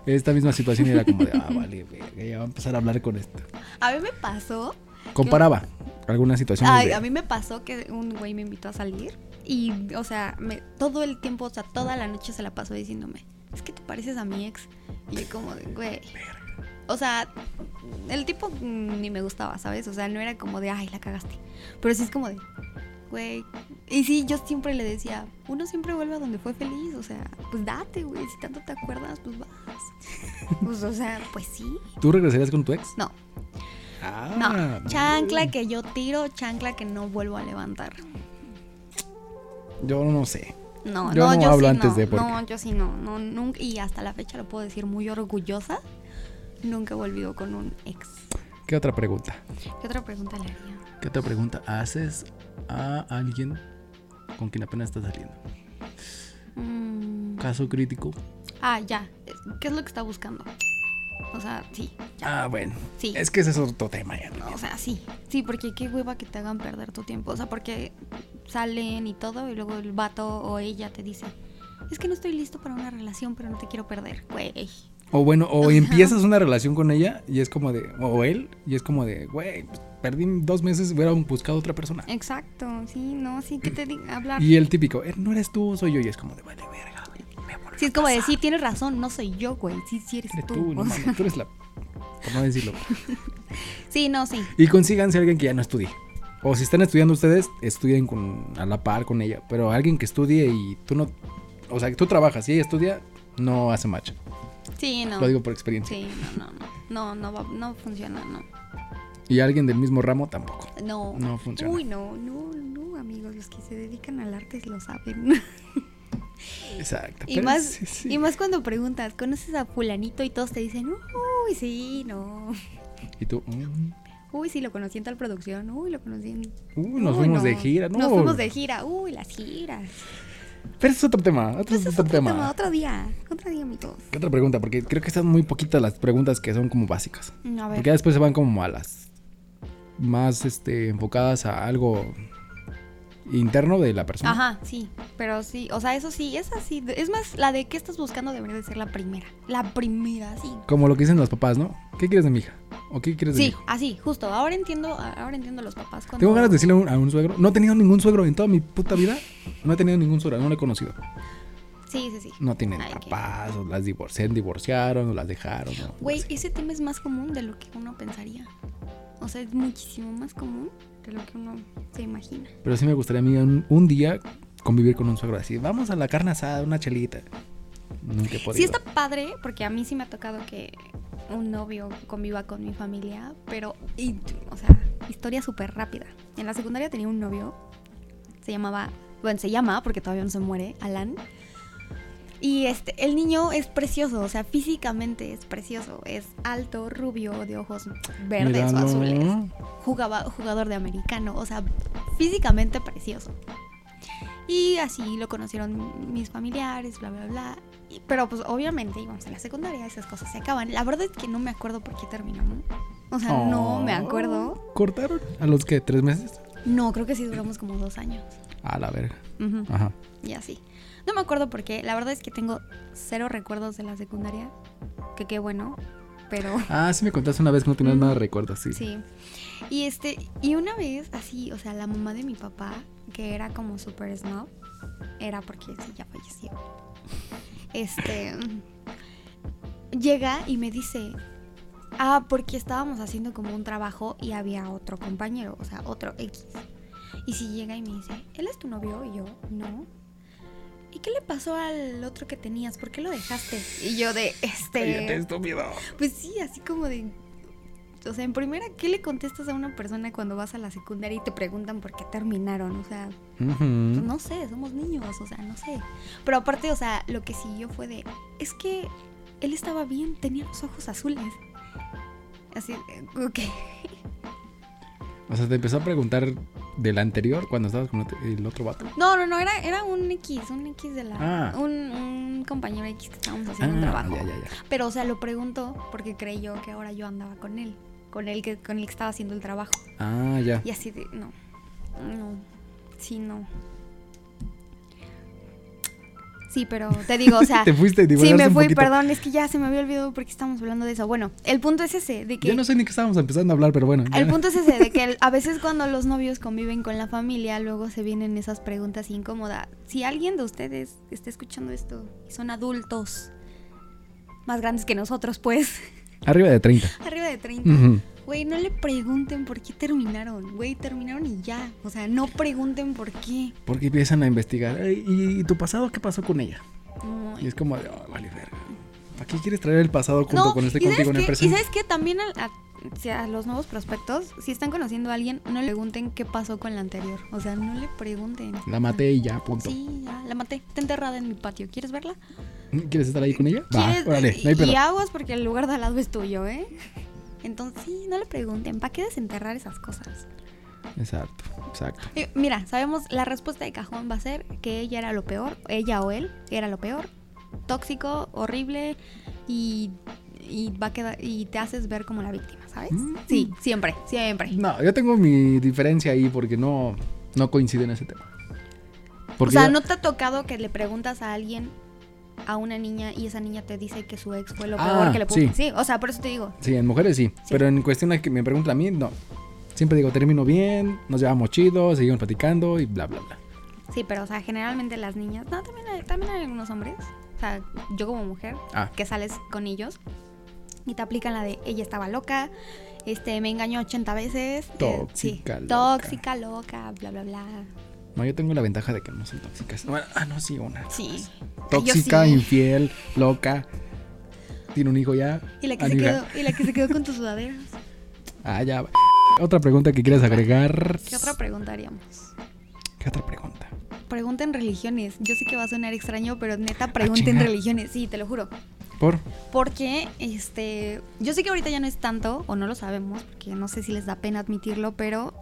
[SPEAKER 2] esta misma situación y era como de, ah, vale, verga, ya va a empezar a hablar con esto.
[SPEAKER 1] A mí me pasó,
[SPEAKER 2] Comparaba algunas situaciones.
[SPEAKER 1] ay,
[SPEAKER 2] de-
[SPEAKER 1] a mí me pasó que un güey me invitó a salir y, o sea, me- todo el tiempo, o sea, toda la noche se la pasó diciéndome, es que te pareces a mi ex. Y yo como, de, güey. O sea, el tipo mm, ni me gustaba, ¿sabes? O sea, no era como de, ay, la cagaste. Pero sí es como de, güey. Y sí, yo siempre le decía, uno siempre vuelve a donde fue feliz. O sea, pues date, güey. Si tanto te acuerdas, pues vas. Pues, o sea, pues sí.
[SPEAKER 2] ¿Tú regresarías con tu ex?
[SPEAKER 1] No, no.
[SPEAKER 2] Ah,
[SPEAKER 1] chancla que yo tiro, chancla que no vuelvo a levantar.
[SPEAKER 2] Yo no sé.
[SPEAKER 1] No,
[SPEAKER 2] Yo
[SPEAKER 1] no,
[SPEAKER 2] no
[SPEAKER 1] yo
[SPEAKER 2] hablo
[SPEAKER 1] sí
[SPEAKER 2] antes
[SPEAKER 1] no.
[SPEAKER 2] de porque-
[SPEAKER 1] No, yo sí no. no nunca, y hasta la fecha lo puedo decir muy orgullosa. Nunca he volvido con un ex.
[SPEAKER 2] ¿Qué otra pregunta?
[SPEAKER 1] ¿Qué otra pregunta le haría?
[SPEAKER 2] ¿Qué otra pregunta haces a alguien con quien apenas estás saliendo?
[SPEAKER 1] Mm,
[SPEAKER 2] Caso crítico.
[SPEAKER 1] Ah, ya. ¿Qué es lo que está buscando? O sea, sí, ya.
[SPEAKER 2] Ah, bueno.
[SPEAKER 1] Sí.
[SPEAKER 2] Es que ese es otro tema ya.
[SPEAKER 1] O sea, sí. Sí, porque qué hueva que te hagan perder tu tiempo. O sea, porque salen y todo y luego el vato o ella te dice, es que no estoy listo para una relación, pero no te quiero perder. Güey.
[SPEAKER 2] O bueno, o empiezas una relación con ella y es como de, o él, y es como de, güey, pues, perdí dos meses, hubiera buscado otra persona.
[SPEAKER 1] Exacto, sí, no, sí, que te diga hablar.
[SPEAKER 2] Y el típico, "Eh, no eres tú, soy yo, y es como de, vale, verga, güey, me volví
[SPEAKER 1] Sí,
[SPEAKER 2] a
[SPEAKER 1] es como
[SPEAKER 2] casar".
[SPEAKER 1] decir, tienes razón, no soy yo, güey. Sí, sí eres
[SPEAKER 2] Eres
[SPEAKER 1] tú.
[SPEAKER 2] tú, no
[SPEAKER 1] O sea,
[SPEAKER 2] mames, tú eres la, por no decirlo.
[SPEAKER 1] sí, no, sí.
[SPEAKER 2] Y consíganse a alguien que ya no estudie. O si están estudiando ustedes, estudien con, a la par con ella. Pero alguien que estudie y tú no. O sea, que tú trabajas y ella estudia, no hace match.
[SPEAKER 1] Sí, no.
[SPEAKER 2] Lo digo por experiencia.
[SPEAKER 1] Sí, no, no, no. No, no, va- no funciona, no.
[SPEAKER 2] Y alguien del mismo ramo tampoco.
[SPEAKER 1] No.
[SPEAKER 2] No funciona.
[SPEAKER 1] Uy, no, no, no, amigos. Los que se dedican al arte lo saben.
[SPEAKER 2] Exacto.
[SPEAKER 1] y,
[SPEAKER 2] pero
[SPEAKER 1] más,
[SPEAKER 2] sí, sí.
[SPEAKER 1] y más cuando preguntas, ¿conoces a fulanito? Y todos te dicen, uy, sí, no.
[SPEAKER 2] Y tú, mm,
[SPEAKER 1] Uy, sí, lo conocí en tal producción. Uy, lo conocí en...
[SPEAKER 2] uh, nos
[SPEAKER 1] Uy,
[SPEAKER 2] fuimos
[SPEAKER 1] no.
[SPEAKER 2] de gira. No,
[SPEAKER 1] Nos fuimos de gira. Uy, las giras.
[SPEAKER 2] Pero ese es otro tema. Otro,
[SPEAKER 1] Ese es
[SPEAKER 2] otro
[SPEAKER 1] otro
[SPEAKER 2] tema.
[SPEAKER 1] tema, Otro día. Otro día, amigos.
[SPEAKER 2] ¿Qué otra pregunta? Porque creo que están muy poquitas las preguntas que son como básicas.
[SPEAKER 1] A ver.
[SPEAKER 2] Porque ya después se van como a las más este, enfocadas a algo interno de la persona.
[SPEAKER 1] Ajá, sí, pero sí, o sea, eso sí, es así. Es más, la de qué estás buscando debería de ser la primera. La primera, sí.
[SPEAKER 2] Como lo que dicen los papás, ¿no? ¿Qué quieres de mi hija? ¿O qué quieres de mi
[SPEAKER 1] Sí,
[SPEAKER 2] hijo?
[SPEAKER 1] así, justo. Ahora entiendo, ahora entiendo a los papás cuando...
[SPEAKER 2] Tengo ganas de decirle a un, a un suegro. No he tenido ningún suegro en toda mi puta vida. No he tenido ningún suegro, no lo he conocido.
[SPEAKER 1] Sí, sí, sí.
[SPEAKER 2] No tienen
[SPEAKER 1] Ay, qué-
[SPEAKER 2] papás, o las divorciaron, divorciaron, o las dejaron. o algo
[SPEAKER 1] Güey,
[SPEAKER 2] así.
[SPEAKER 1] ese tema es más común de lo que uno pensaría. O sea, es muchísimo más común de lo que uno se imagina.
[SPEAKER 2] Pero sí me gustaría a mí un, un día convivir con un suegro así. Vamos a la carne asada, una chelita. Nunca he podido.
[SPEAKER 1] Sí está padre, porque a mí sí me ha tocado que un novio conviva con mi familia, pero, y- o sea, historia súper rápida. En la secundaria tenía un novio, se llamaba, bueno, se llama, porque todavía no se muere, Alan. Y este, el niño es precioso, o sea, físicamente es precioso, es alto, rubio, de ojos verdes
[SPEAKER 2] Míralo.
[SPEAKER 1] o azules jugaba, jugador de americano, o sea, físicamente precioso. Y así lo conocieron mis familiares, bla, bla, bla. Y- pero pues obviamente íbamos a la secundaria, esas cosas se acaban. La verdad es que no me acuerdo por qué terminamos. O sea, Ah, no me acuerdo.
[SPEAKER 2] Oh, ¿Cortaron? ¿A los que ¿Tres meses?
[SPEAKER 1] No, creo que sí duramos como dos años.
[SPEAKER 2] A la verga.
[SPEAKER 1] Ujú,
[SPEAKER 2] Ajá.
[SPEAKER 1] Y así. No me acuerdo por qué. La verdad es que tengo cero recuerdos de la secundaria. Que qué bueno. Pero...
[SPEAKER 2] Ah, sí me contaste una vez que no tenías
[SPEAKER 1] Mm.
[SPEAKER 2] nada de recuerdo, sí.
[SPEAKER 1] Sí. Y este, y una vez así, o sea, la mamá de mi papá, que era como super snob, era porque sí, ya falleció. Este llega y me dice, ah, porque estábamos haciendo como un trabajo y había otro compañero, o sea, otro X. Y si llega y me dice, ¿él es tu novio? Y yo, no. ¿Y qué le pasó al otro que tenías? ¿Por qué lo dejaste? Y yo de, este...
[SPEAKER 2] Cállate, estúpido.
[SPEAKER 1] Pues sí, así como de. O sea, en primera, ¿qué le contestas a una persona cuando vas a la secundaria y te preguntan por qué terminaron? O sea, pues
[SPEAKER 2] Ujú.
[SPEAKER 1] no sé, somos niños, o sea, no sé. Pero aparte, o sea, lo que siguió fue de. Es que él estaba bien, tenía los ojos azules. Así, eh, ok.
[SPEAKER 2] O sea, te empezó a preguntar del anterior cuando estabas con el otro vato.
[SPEAKER 1] No, no, no, era, era un X, un X de la.
[SPEAKER 2] Ah.
[SPEAKER 1] Un, un compañero X que estábamos haciendo un trabajo.
[SPEAKER 2] ya, ya, ya.
[SPEAKER 1] Pero, o sea, lo preguntó porque creyó que ahora yo andaba con él, con él que, con el que estaba haciendo el trabajo.
[SPEAKER 2] Ah, ya.
[SPEAKER 1] Y así de, no, no, sí, no. Sí, pero te digo, o sea,
[SPEAKER 2] Te fuiste,
[SPEAKER 1] sí
[SPEAKER 2] divagaste
[SPEAKER 1] me
[SPEAKER 2] un
[SPEAKER 1] fui,
[SPEAKER 2] poquito.
[SPEAKER 1] perdón, es que ya se me había olvidado porque estamos hablando de eso. Bueno, el punto es ese, de que...
[SPEAKER 2] Yo no sé ni qué estábamos empezando a hablar, pero bueno. ya.
[SPEAKER 1] El punto es ese, de que el- a veces cuando los novios conviven con la familia, luego se vienen esas preguntas incómodas. Si alguien de ustedes está escuchando esto y son adultos, más grandes que nosotros, pues,
[SPEAKER 2] Arriba de 30.
[SPEAKER 1] arriba de 30,
[SPEAKER 2] Ujú.
[SPEAKER 1] Güey, no le pregunten por qué terminaron. Güey, terminaron y ya. O sea, no pregunten por qué.
[SPEAKER 2] Porque empiezan a investigar. "Ey, ¿Y, y tu pasado qué pasó con ella?
[SPEAKER 1] No,
[SPEAKER 2] Y es como, de, "Oh, vale, verga. ¿Para qué quieres traer el pasado junto
[SPEAKER 1] No,
[SPEAKER 2] con este
[SPEAKER 1] ¿y sabes
[SPEAKER 2] contigo en el
[SPEAKER 1] qué?
[SPEAKER 2] presente?
[SPEAKER 1] Y sabes que también al- a, si a los nuevos prospectos, si están conociendo a alguien, no le pregunten qué pasó con la anterior. O sea, no le pregunten.
[SPEAKER 2] La maté y ya, punto.
[SPEAKER 1] Sí, ya, la maté. Está enterrada en mi patio. ¿Quieres verla?
[SPEAKER 2] ¿Quieres estar ahí con ella? Va,
[SPEAKER 1] ¿Quieres?
[SPEAKER 2] órale, no hay
[SPEAKER 1] y,
[SPEAKER 2] pedo.
[SPEAKER 1] y aguas porque el lugar de al lado es tuyo, ¿eh? Entonces, sí, no le pregunten. ¿Para qué desenterrar esas cosas?
[SPEAKER 2] Exacto, exacto.
[SPEAKER 1] Eh, Mira, sabemos, la respuesta de cajón va a ser que ella era lo peor, ella o él era lo peor, tóxico, horrible y, y va a quedar y te haces ver como la víctima, ¿sabes?
[SPEAKER 2] Mm.
[SPEAKER 1] Sí, siempre, siempre.
[SPEAKER 2] No, yo tengo mi diferencia ahí porque no, no coincide en ese tema.
[SPEAKER 1] O
[SPEAKER 2] Porque
[SPEAKER 1] sea,
[SPEAKER 2] yo-
[SPEAKER 1] ¿no te ha tocado que le preguntas a alguien, a una niña, y esa niña te dice que su ex fue lo
[SPEAKER 2] Ah,
[SPEAKER 1] peor que le pudo?
[SPEAKER 2] sí.
[SPEAKER 1] Sí. o sea, por eso te digo.
[SPEAKER 2] Sí, en mujeres sí, pero en cuestión a que me pregunta a mí, no. Siempre digo, termino bien, nos llevamos chido, seguimos platicando y bla, bla, bla.
[SPEAKER 1] Sí, pero, o sea, generalmente las niñas, no, también hay, también hay algunos hombres, o sea, yo como mujer,
[SPEAKER 2] Ah,
[SPEAKER 1] que sales con ellos y te aplican la de ella estaba loca, este me engañó 80 veces, eh, sí,
[SPEAKER 2] Tóxica loca.
[SPEAKER 1] tóxica loca, bla bla bla.
[SPEAKER 2] no, yo tengo la ventaja de que no son tóxicas. Bueno, ah, no, sí, una.
[SPEAKER 1] Sí.
[SPEAKER 2] Tóxica,
[SPEAKER 1] Yo sí.
[SPEAKER 2] infiel, loca. Tiene un hijo ya.
[SPEAKER 1] Y la que se
[SPEAKER 2] amiga.
[SPEAKER 1] quedó y la que se quedó con tus sudaderas.
[SPEAKER 2] Ah, ya. Otra pregunta que quieras agregar.
[SPEAKER 1] ¿Qué otra pregunta haríamos?
[SPEAKER 2] ¿Qué otra pregunta?
[SPEAKER 1] Pregunten religiones. Yo sé que va a sonar extraño, pero neta, pregunten
[SPEAKER 2] Ah, chinga.
[SPEAKER 1] religiones. Sí, te lo juro.
[SPEAKER 2] Por.
[SPEAKER 1] Porque, este, yo sé que ahorita ya no es tanto, o no lo sabemos, porque no sé si les da pena admitirlo, pero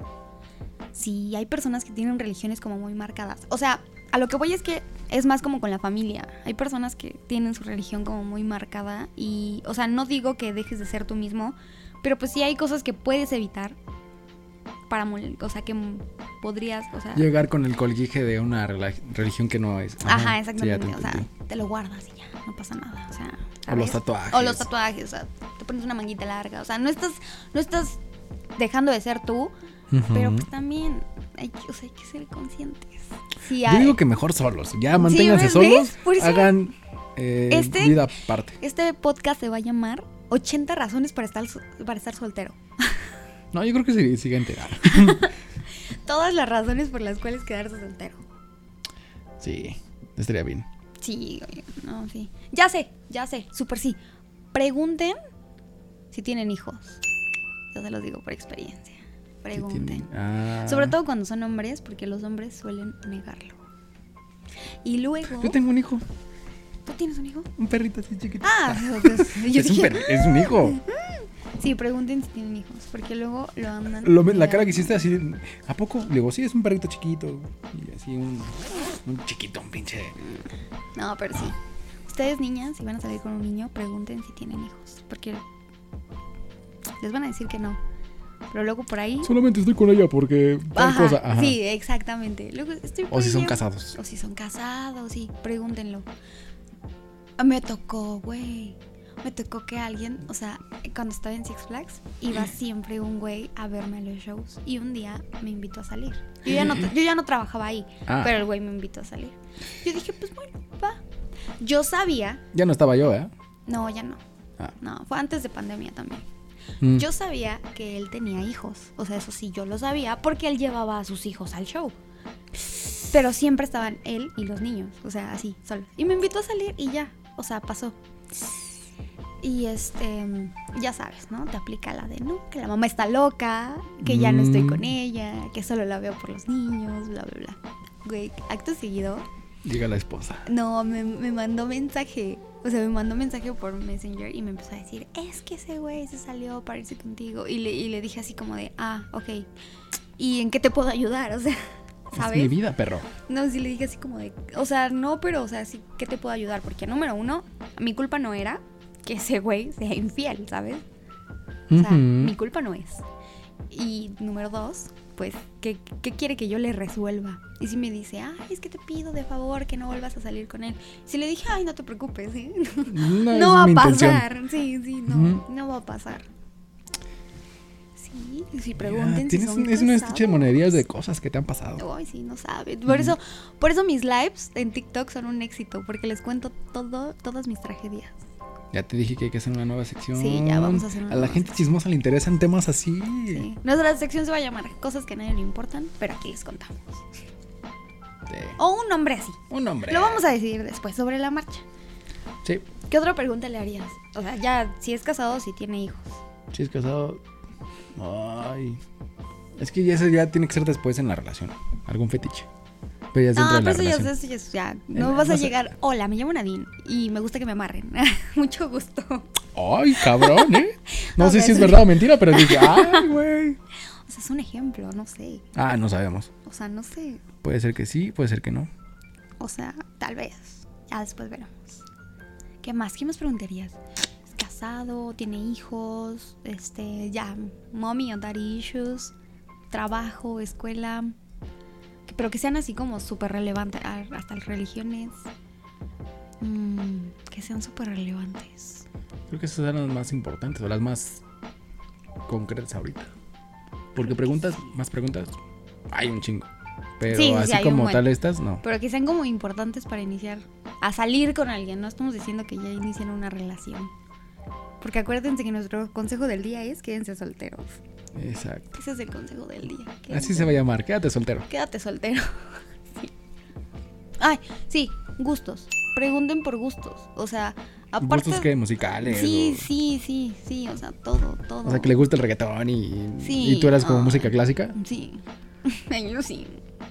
[SPEAKER 1] sí hay personas que tienen religiones como muy marcadas. O sea, a lo que voy es que es más como con la familia. Hay personas que tienen su religión como muy marcada y, o sea, no digo que dejes de ser tú mismo, pero pues sí hay cosas que puedes evitar para, mol- o sea, que m- podrías, o sea...
[SPEAKER 2] Llegar con el colguije de una rela- religión que no es.
[SPEAKER 1] Ah. Ajá,
[SPEAKER 2] sí, ya te
[SPEAKER 1] exactamente. o sea,
[SPEAKER 2] entendí.
[SPEAKER 1] te lo guardas y ya, no pasa nada. O sea,
[SPEAKER 2] o los
[SPEAKER 1] ¿sabes?
[SPEAKER 2] tatuajes.
[SPEAKER 1] O los tatuajes, o sea, te pones una manguita larga, o sea, no estás, no estás dejando de ser tú,
[SPEAKER 2] Ujú.
[SPEAKER 1] pero pues también hay, que- o sea, hay que ser conscientes. Sí,
[SPEAKER 2] Yo
[SPEAKER 1] hay-
[SPEAKER 2] digo que mejor solos. Ya
[SPEAKER 1] Sí,
[SPEAKER 2] manténganse
[SPEAKER 1] ¿ves?
[SPEAKER 2] solos.
[SPEAKER 1] ¿Ves? Por eso-
[SPEAKER 2] Hagan eh,
[SPEAKER 1] Este-
[SPEAKER 2] vida aparte.
[SPEAKER 1] Este podcast se va a llamar 80 razones para estar, so- para estar soltero.
[SPEAKER 2] No, yo creo que sí, sigan enterar.
[SPEAKER 1] Todas las razones por las cuales quedarse soltero.
[SPEAKER 2] Sí, estaría bien.
[SPEAKER 1] Sí, oye, no, sí. Ya sé, ya sé, súper sí. Pregunten si tienen hijos. Yo se los digo por experiencia.
[SPEAKER 2] Sí,
[SPEAKER 1] Pregunten.
[SPEAKER 2] tienen- Ah.
[SPEAKER 1] Sobre todo cuando son hombres, porque los hombres suelen negarlo. Y luego.
[SPEAKER 2] Yo tengo un hijo,
[SPEAKER 1] ¿Tú tienes un hijo?
[SPEAKER 2] un perrito así chiquito.
[SPEAKER 1] Ah, pues, yo
[SPEAKER 2] es, un
[SPEAKER 1] dije-
[SPEAKER 2] perro, es un hijo.
[SPEAKER 1] Sí, pregunten si tienen hijos, porque luego lo andan.
[SPEAKER 2] Lo- la cara
[SPEAKER 1] negando.
[SPEAKER 2] que hiciste así, de, ¿a poco? Le digo, sí, es un perrito chiquito. Y así un, un chiquito, un pinche.
[SPEAKER 1] No, pero sí. Ustedes, niñas, si van a salir con un niño, pregunten si tienen hijos, porque les van a decir que no. Pero luego por ahí.
[SPEAKER 2] Solamente estoy con ella porque tal
[SPEAKER 1] Ajá,
[SPEAKER 2] cosa. Ajá.
[SPEAKER 1] Sí, exactamente. Luego estoy
[SPEAKER 2] O si son
[SPEAKER 1] poniendo-
[SPEAKER 2] casados.
[SPEAKER 1] O si son casados, sí, pregúntenlo. Ah, Me tocó, güey. Me tocó que alguien, o sea, cuando estaba en Six Flags, iba siempre un güey a verme a los shows. Y un día me invitó a salir. Yo ya no, yo ya no trabajaba ahí,
[SPEAKER 2] Ah.
[SPEAKER 1] pero el güey me invitó a salir. Yo dije, pues bueno, va. Yo sabía,
[SPEAKER 2] Ya no estaba yo, ¿eh?
[SPEAKER 1] no, ya no.
[SPEAKER 2] Ah.
[SPEAKER 1] No, fue antes de pandemia también.
[SPEAKER 2] Mm.
[SPEAKER 1] Yo sabía que él tenía hijos. O sea, eso sí, yo lo sabía porque él llevaba a sus hijos al show. Pero siempre estaban él y los niños. O sea, así, solos. Y me invitó a salir y ya. O sea, pasó. Y este, ya sabes, ¿no? Te aplica la de, ¿no? Que la mamá está loca, que ya no estoy
[SPEAKER 2] Mm.
[SPEAKER 1] con ella, que solo la veo por los niños, bla, bla, bla. Güey, acto seguido,
[SPEAKER 2] Llega la esposa.
[SPEAKER 1] no, me, me mandó mensaje. O sea, me mandó mensaje por Messenger y me empezó a decir, es que ese güey se salió para irse contigo. Y le, y le dije así como de, ah, ok. ¿Y en qué te puedo ayudar? O sea,
[SPEAKER 2] Es mi
[SPEAKER 1] ¿sabes?
[SPEAKER 2] vida, perro.
[SPEAKER 1] No, sí le dije así como de, o sea, no, pero, o sea, sí, ¿qué te puedo ayudar? Porque número uno, mi culpa no era que ese güey sea infiel, ¿sabes? O sea,
[SPEAKER 2] Ujú.
[SPEAKER 1] mi culpa no es. Y número dos, pues, ¿qué, qué quiere que yo le resuelva? Y si me dice, ay, es que te pido de favor que no vuelvas a salir con él. Si le dije, ay, no te preocupes, ¿eh?
[SPEAKER 2] No,
[SPEAKER 1] no
[SPEAKER 2] es
[SPEAKER 1] va a
[SPEAKER 2] mi intención.
[SPEAKER 1] pasar. Sí, sí, no,
[SPEAKER 2] Ujú.
[SPEAKER 1] no va a pasar. Sí, si
[SPEAKER 2] Mira,
[SPEAKER 1] pregunten si
[SPEAKER 2] tienes
[SPEAKER 1] son
[SPEAKER 2] un- es una
[SPEAKER 1] casados.
[SPEAKER 2] estuche de monerías de cosas que te han pasado.
[SPEAKER 1] Ay, sí, no sabe. Por eso, por eso mis lives en TikTok son un éxito, porque les cuento todo, todas mis tragedias.
[SPEAKER 2] Ya te dije que hay que hacer una nueva sección.
[SPEAKER 1] Sí, ya vamos a hacer una
[SPEAKER 2] A la
[SPEAKER 1] nueva
[SPEAKER 2] gente chismosa le interesan temas así.
[SPEAKER 1] Sí. Nuestra sección se va a llamar Cosas que a nadie le importan, pero aquí les contamos.
[SPEAKER 2] De-
[SPEAKER 1] O un nombre así.
[SPEAKER 2] Un hombre.
[SPEAKER 1] Lo vamos a decidir después sobre la marcha.
[SPEAKER 2] Sí,
[SPEAKER 1] ¿Qué otra pregunta le harías? O sea, ya si es casado, si tiene hijos.
[SPEAKER 2] si es casado. Ay. Es que ya eso ya tiene que ser después en la relación. Algún fetiche. Pero ya es
[SPEAKER 1] No,
[SPEAKER 2] dentro de
[SPEAKER 1] pero
[SPEAKER 2] la
[SPEAKER 1] eso Ah, pues ya,
[SPEAKER 2] relación.
[SPEAKER 1] eso ya, ya. No
[SPEAKER 2] Eh,
[SPEAKER 1] vas a
[SPEAKER 2] no sé.
[SPEAKER 1] llegar. Hola, me llamo Nadine y me gusta que me amarren. Mucho gusto. O
[SPEAKER 2] Ay, cabrón, ¿eh? No
[SPEAKER 1] O
[SPEAKER 2] sé
[SPEAKER 1] sea,
[SPEAKER 2] si es
[SPEAKER 1] sí.
[SPEAKER 2] verdad o mentira, pero dije, ay, güey.
[SPEAKER 1] sea, es un ejemplo, no sé.
[SPEAKER 2] Ah, no sabemos.
[SPEAKER 1] O sea, no sé.
[SPEAKER 2] Puede ser que sí, puede ser que no.
[SPEAKER 1] O sea, tal vez. Ya después veremos. ¿Qué más? ¿Qué más preguntarías? ¿Es casado? ¿Tiene hijos? Este, ya, mommy o daddy issues. Trabajo, escuela. Que- Pero que sean así como súper relevantes. ah, Hasta las religiones. Mm, que sean súper relevantes.
[SPEAKER 2] Creo que esas eran las más importantes o las más concretas ahorita. Porque preguntas, más preguntas, hay un chingo. Pero
[SPEAKER 1] Sí, sí, sí,
[SPEAKER 2] así
[SPEAKER 1] hay un
[SPEAKER 2] como
[SPEAKER 1] buen.
[SPEAKER 2] tal estas, no.
[SPEAKER 1] Pero que sean como importantes para iniciar a salir con alguien. No estamos diciendo que ya inician una relación. Porque acuérdense que nuestro consejo del día es quédense solteros.
[SPEAKER 2] Exacto.
[SPEAKER 1] Ese es el consejo del día. Quédate,
[SPEAKER 2] Así se va a llamar, quédate soltero.
[SPEAKER 1] Quédate soltero. sí. Ay, sí, gustos. Pregunten por gustos. O sea,
[SPEAKER 2] Gustos que musicales.
[SPEAKER 1] Sí,
[SPEAKER 2] o-
[SPEAKER 1] sí, sí, sí, o sea, todo, todo.
[SPEAKER 2] O sea, que le gusta el reggaetón y,
[SPEAKER 1] Sí,
[SPEAKER 2] y tú eras como
[SPEAKER 1] ay.
[SPEAKER 2] música clásica.
[SPEAKER 1] Sí, yo sí.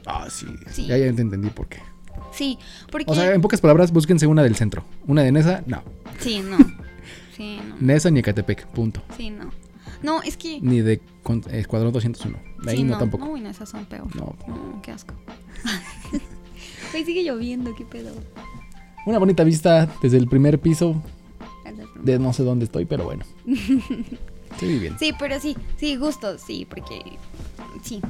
[SPEAKER 2] Ah, sí.
[SPEAKER 1] Sí.
[SPEAKER 2] Ya, ya te entendí por qué.
[SPEAKER 1] Sí, porque...
[SPEAKER 2] O sea, em- en pocas palabras, búsquense una del centro. Una de Nesa, no.
[SPEAKER 1] Sí, no. Sí, no.
[SPEAKER 2] Nesa ni Ecatepec, punto.
[SPEAKER 1] Sí, no. No, es que...
[SPEAKER 2] Ni de con- Escuadrón 201. De ahí
[SPEAKER 1] sí,
[SPEAKER 2] no,
[SPEAKER 1] no,
[SPEAKER 2] tampoco.
[SPEAKER 1] No, uy, no, esas son peor.
[SPEAKER 2] No.
[SPEAKER 1] No, qué asco. Hoy sigue lloviendo, qué pedo.
[SPEAKER 2] Una bonita vista desde el primer piso de no sé dónde estoy, pero bueno. Estoy viviendo.
[SPEAKER 1] Sí, pero sí, sí, gustos, sí, porque sí.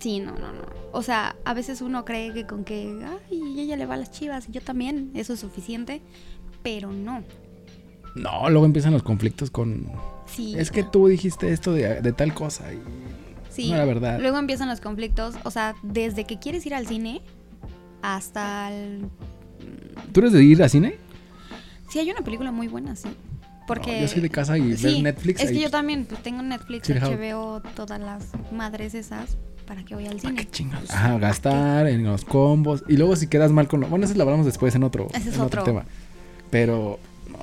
[SPEAKER 1] Sí, no, no, no. O sea, a veces uno cree que con que, ay, ella le va a las chivas, y yo también, eso es suficiente, pero no.
[SPEAKER 2] No, luego empiezan los conflictos con...
[SPEAKER 1] Sí.
[SPEAKER 2] Es que tú dijiste esto de, de tal cosa y...
[SPEAKER 1] sí.
[SPEAKER 2] no era verdad.
[SPEAKER 1] Luego empiezan los conflictos, o sea, desde que quieres ir al cine hasta el...
[SPEAKER 2] ¿Tú eres de ir a cine?
[SPEAKER 1] Sí, hay una película muy buena, sí. Porque
[SPEAKER 2] yo soy de casa y ver
[SPEAKER 1] Sí,
[SPEAKER 2] Netflix
[SPEAKER 1] Es que
[SPEAKER 2] ahí-
[SPEAKER 1] yo también, pues tengo Netflix,
[SPEAKER 2] Chill out.
[SPEAKER 1] HBO, todas las madres esas para que voy al
[SPEAKER 2] ¿Para
[SPEAKER 1] cine.
[SPEAKER 2] Ah,
[SPEAKER 1] Pues,
[SPEAKER 2] qué chingados? Ajá, gastar en los combos. Y luego si quedas mal con... lo- Bueno, eso lo hablamos después en otro,
[SPEAKER 1] Ese es
[SPEAKER 2] en otro
[SPEAKER 1] otro.
[SPEAKER 2] tema. Pero... No. Yo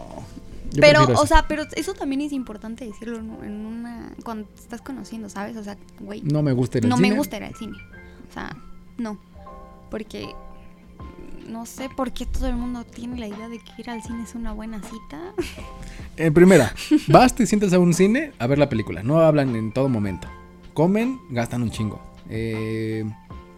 [SPEAKER 1] pero,
[SPEAKER 2] prefiero
[SPEAKER 1] o
[SPEAKER 2] eso.
[SPEAKER 1] sea, pero eso también es importante decirlo en en una. Cuando te estás conociendo, ¿sabes? O sea, güey. No,
[SPEAKER 2] No me gusta ir al
[SPEAKER 1] me
[SPEAKER 2] cine.
[SPEAKER 1] gusta ir al cine. O sea, no. Porque. No sé por qué todo el mundo tiene la idea de que ir al cine es una buena cita.
[SPEAKER 2] Eh, primera, vas, te sientas a un cine a ver la película. No hablan en todo momento. Comen, gastan un chingo. Eh,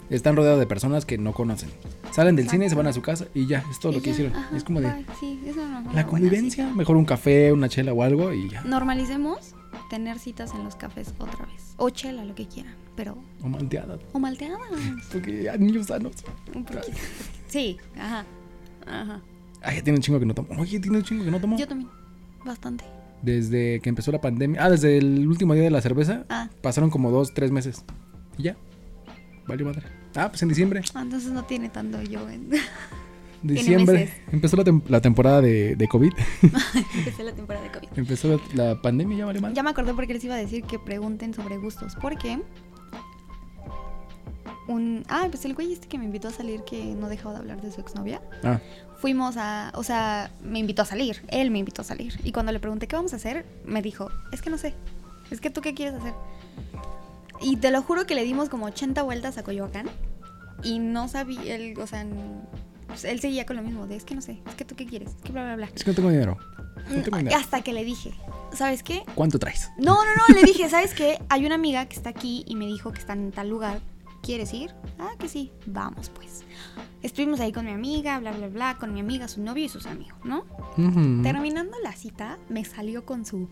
[SPEAKER 2] están rodeados de personas que no conocen. Salen del cine, se van a su casa y ya, es todo
[SPEAKER 1] Y
[SPEAKER 2] lo que
[SPEAKER 1] ya,
[SPEAKER 2] hicieron.
[SPEAKER 1] ajá,
[SPEAKER 2] es como de
[SPEAKER 1] bye, sí, eso no es una
[SPEAKER 2] la
[SPEAKER 1] buena
[SPEAKER 2] convivencia. Mejor un café, una chela o algo y ya.
[SPEAKER 1] cita. Normalicemos tener citas en los cafés otra vez. O chela, lo que quieran. Pero.
[SPEAKER 2] O malteada.
[SPEAKER 1] O malteadas.
[SPEAKER 2] Porque ya, niños sanos.
[SPEAKER 1] porque- Sí, ajá. Ajá.
[SPEAKER 2] Ay, Ah, ya tiene un chingo que no tomo. Oye, tiene un chingo que no tomo.
[SPEAKER 1] Yo también. Bastante.
[SPEAKER 2] Desde que empezó la pandemia. Ah, desde el último día de la cerveza.
[SPEAKER 1] Ah.
[SPEAKER 2] Pasaron como dos, tres meses. Y ya. Valió madre. Ah, pues en diciembre.
[SPEAKER 1] Ah, Entonces no tiene tanto yo en... Tiene
[SPEAKER 2] Diciembre.
[SPEAKER 1] meses.
[SPEAKER 2] Empezó la, tem- la temporada de, de COVID.
[SPEAKER 1] Empecé la temporada de COVID.
[SPEAKER 2] empezó la, la pandemia, ya vale madre.
[SPEAKER 1] Ya me acordé porque les iba a decir que pregunten sobre gustos. Porque un ah, pues el güey este que me invitó a salir que no dejaba de hablar de su exnovia.
[SPEAKER 2] Ah,
[SPEAKER 1] Fuimos a, o sea, me invitó a salir, él me invitó a salir. Y cuando le pregunté qué vamos a hacer, me dijo, es que no sé, es que tú qué quieres hacer. Y te lo juro que le dimos como 80 vueltas a Coyoacán y no sabía, él, o sea, n- pues, él seguía con lo mismo, de es que no sé, es que tú qué quieres, es que bla, bla, bla.
[SPEAKER 2] es que no tengo dinero. No tengo
[SPEAKER 1] Mm,
[SPEAKER 2] dinero.
[SPEAKER 1] Hasta que le dije, ¿sabes qué?
[SPEAKER 2] ¿Cuánto traes?
[SPEAKER 1] No, no, no, le dije, ¿sabes qué? Hay una amiga que está aquí y me dijo que está en tal lugar. ¿Quieres ir? Ah, que sí. Vamos, pues. Estuvimos ahí con mi amiga, bla, bla, bla, con mi amiga, su novio y sus amigos, ¿no?
[SPEAKER 2] Ujú.
[SPEAKER 1] Terminando la cita, me salió con su...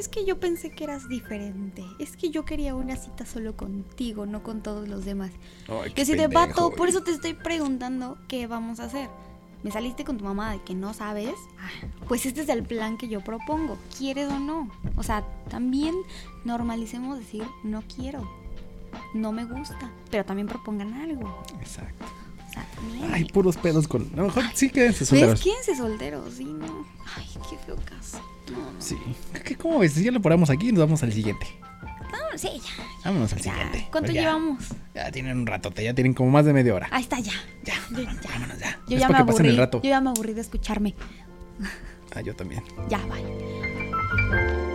[SPEAKER 1] Es que yo pensé que eras diferente. Es que yo quería una cita solo contigo, no con todos los demás.
[SPEAKER 2] Ay, qué
[SPEAKER 1] Que si te
[SPEAKER 2] pendejo,
[SPEAKER 1] bato, por
[SPEAKER 2] güey.
[SPEAKER 1] eso te estoy preguntando qué vamos a hacer. Me saliste con tu mamá de que no sabes. Ah, Pues este es el plan que yo propongo. ¿Quieres o no? O sea, también normalicemos decir no quiero. No me gusta. Pero también propongan algo.
[SPEAKER 2] Exacto.
[SPEAKER 1] O sea, también.
[SPEAKER 2] Ay, puros pedos con. A lo mejor sí quédense
[SPEAKER 1] ¿Ves?
[SPEAKER 2] solteros.
[SPEAKER 1] Quédense solteros, sí, no. Ay, qué feo caso. No, no.
[SPEAKER 2] Sí. ¿Qué, ¿Cómo ves? Ya lo paramos aquí y nos vamos al siguiente.
[SPEAKER 1] No, sí, ya,
[SPEAKER 2] Vámonos al
[SPEAKER 1] ya.
[SPEAKER 2] siguiente.
[SPEAKER 1] ¿Cuánto
[SPEAKER 2] Pues ya,
[SPEAKER 1] llevamos?
[SPEAKER 2] Ya tienen un ratote, ya tienen como más de media hora.
[SPEAKER 1] Ahí está, ya.
[SPEAKER 2] Ya,
[SPEAKER 1] Yo
[SPEAKER 2] vámonos,
[SPEAKER 1] ya.
[SPEAKER 2] vámonos ya.
[SPEAKER 1] Yo
[SPEAKER 2] es
[SPEAKER 1] ya me
[SPEAKER 2] para que pasen
[SPEAKER 1] aburrí.
[SPEAKER 2] el rato.
[SPEAKER 1] Yo ya me aburrí de escucharme.
[SPEAKER 2] Ah, yo también.
[SPEAKER 1] Ya, bye.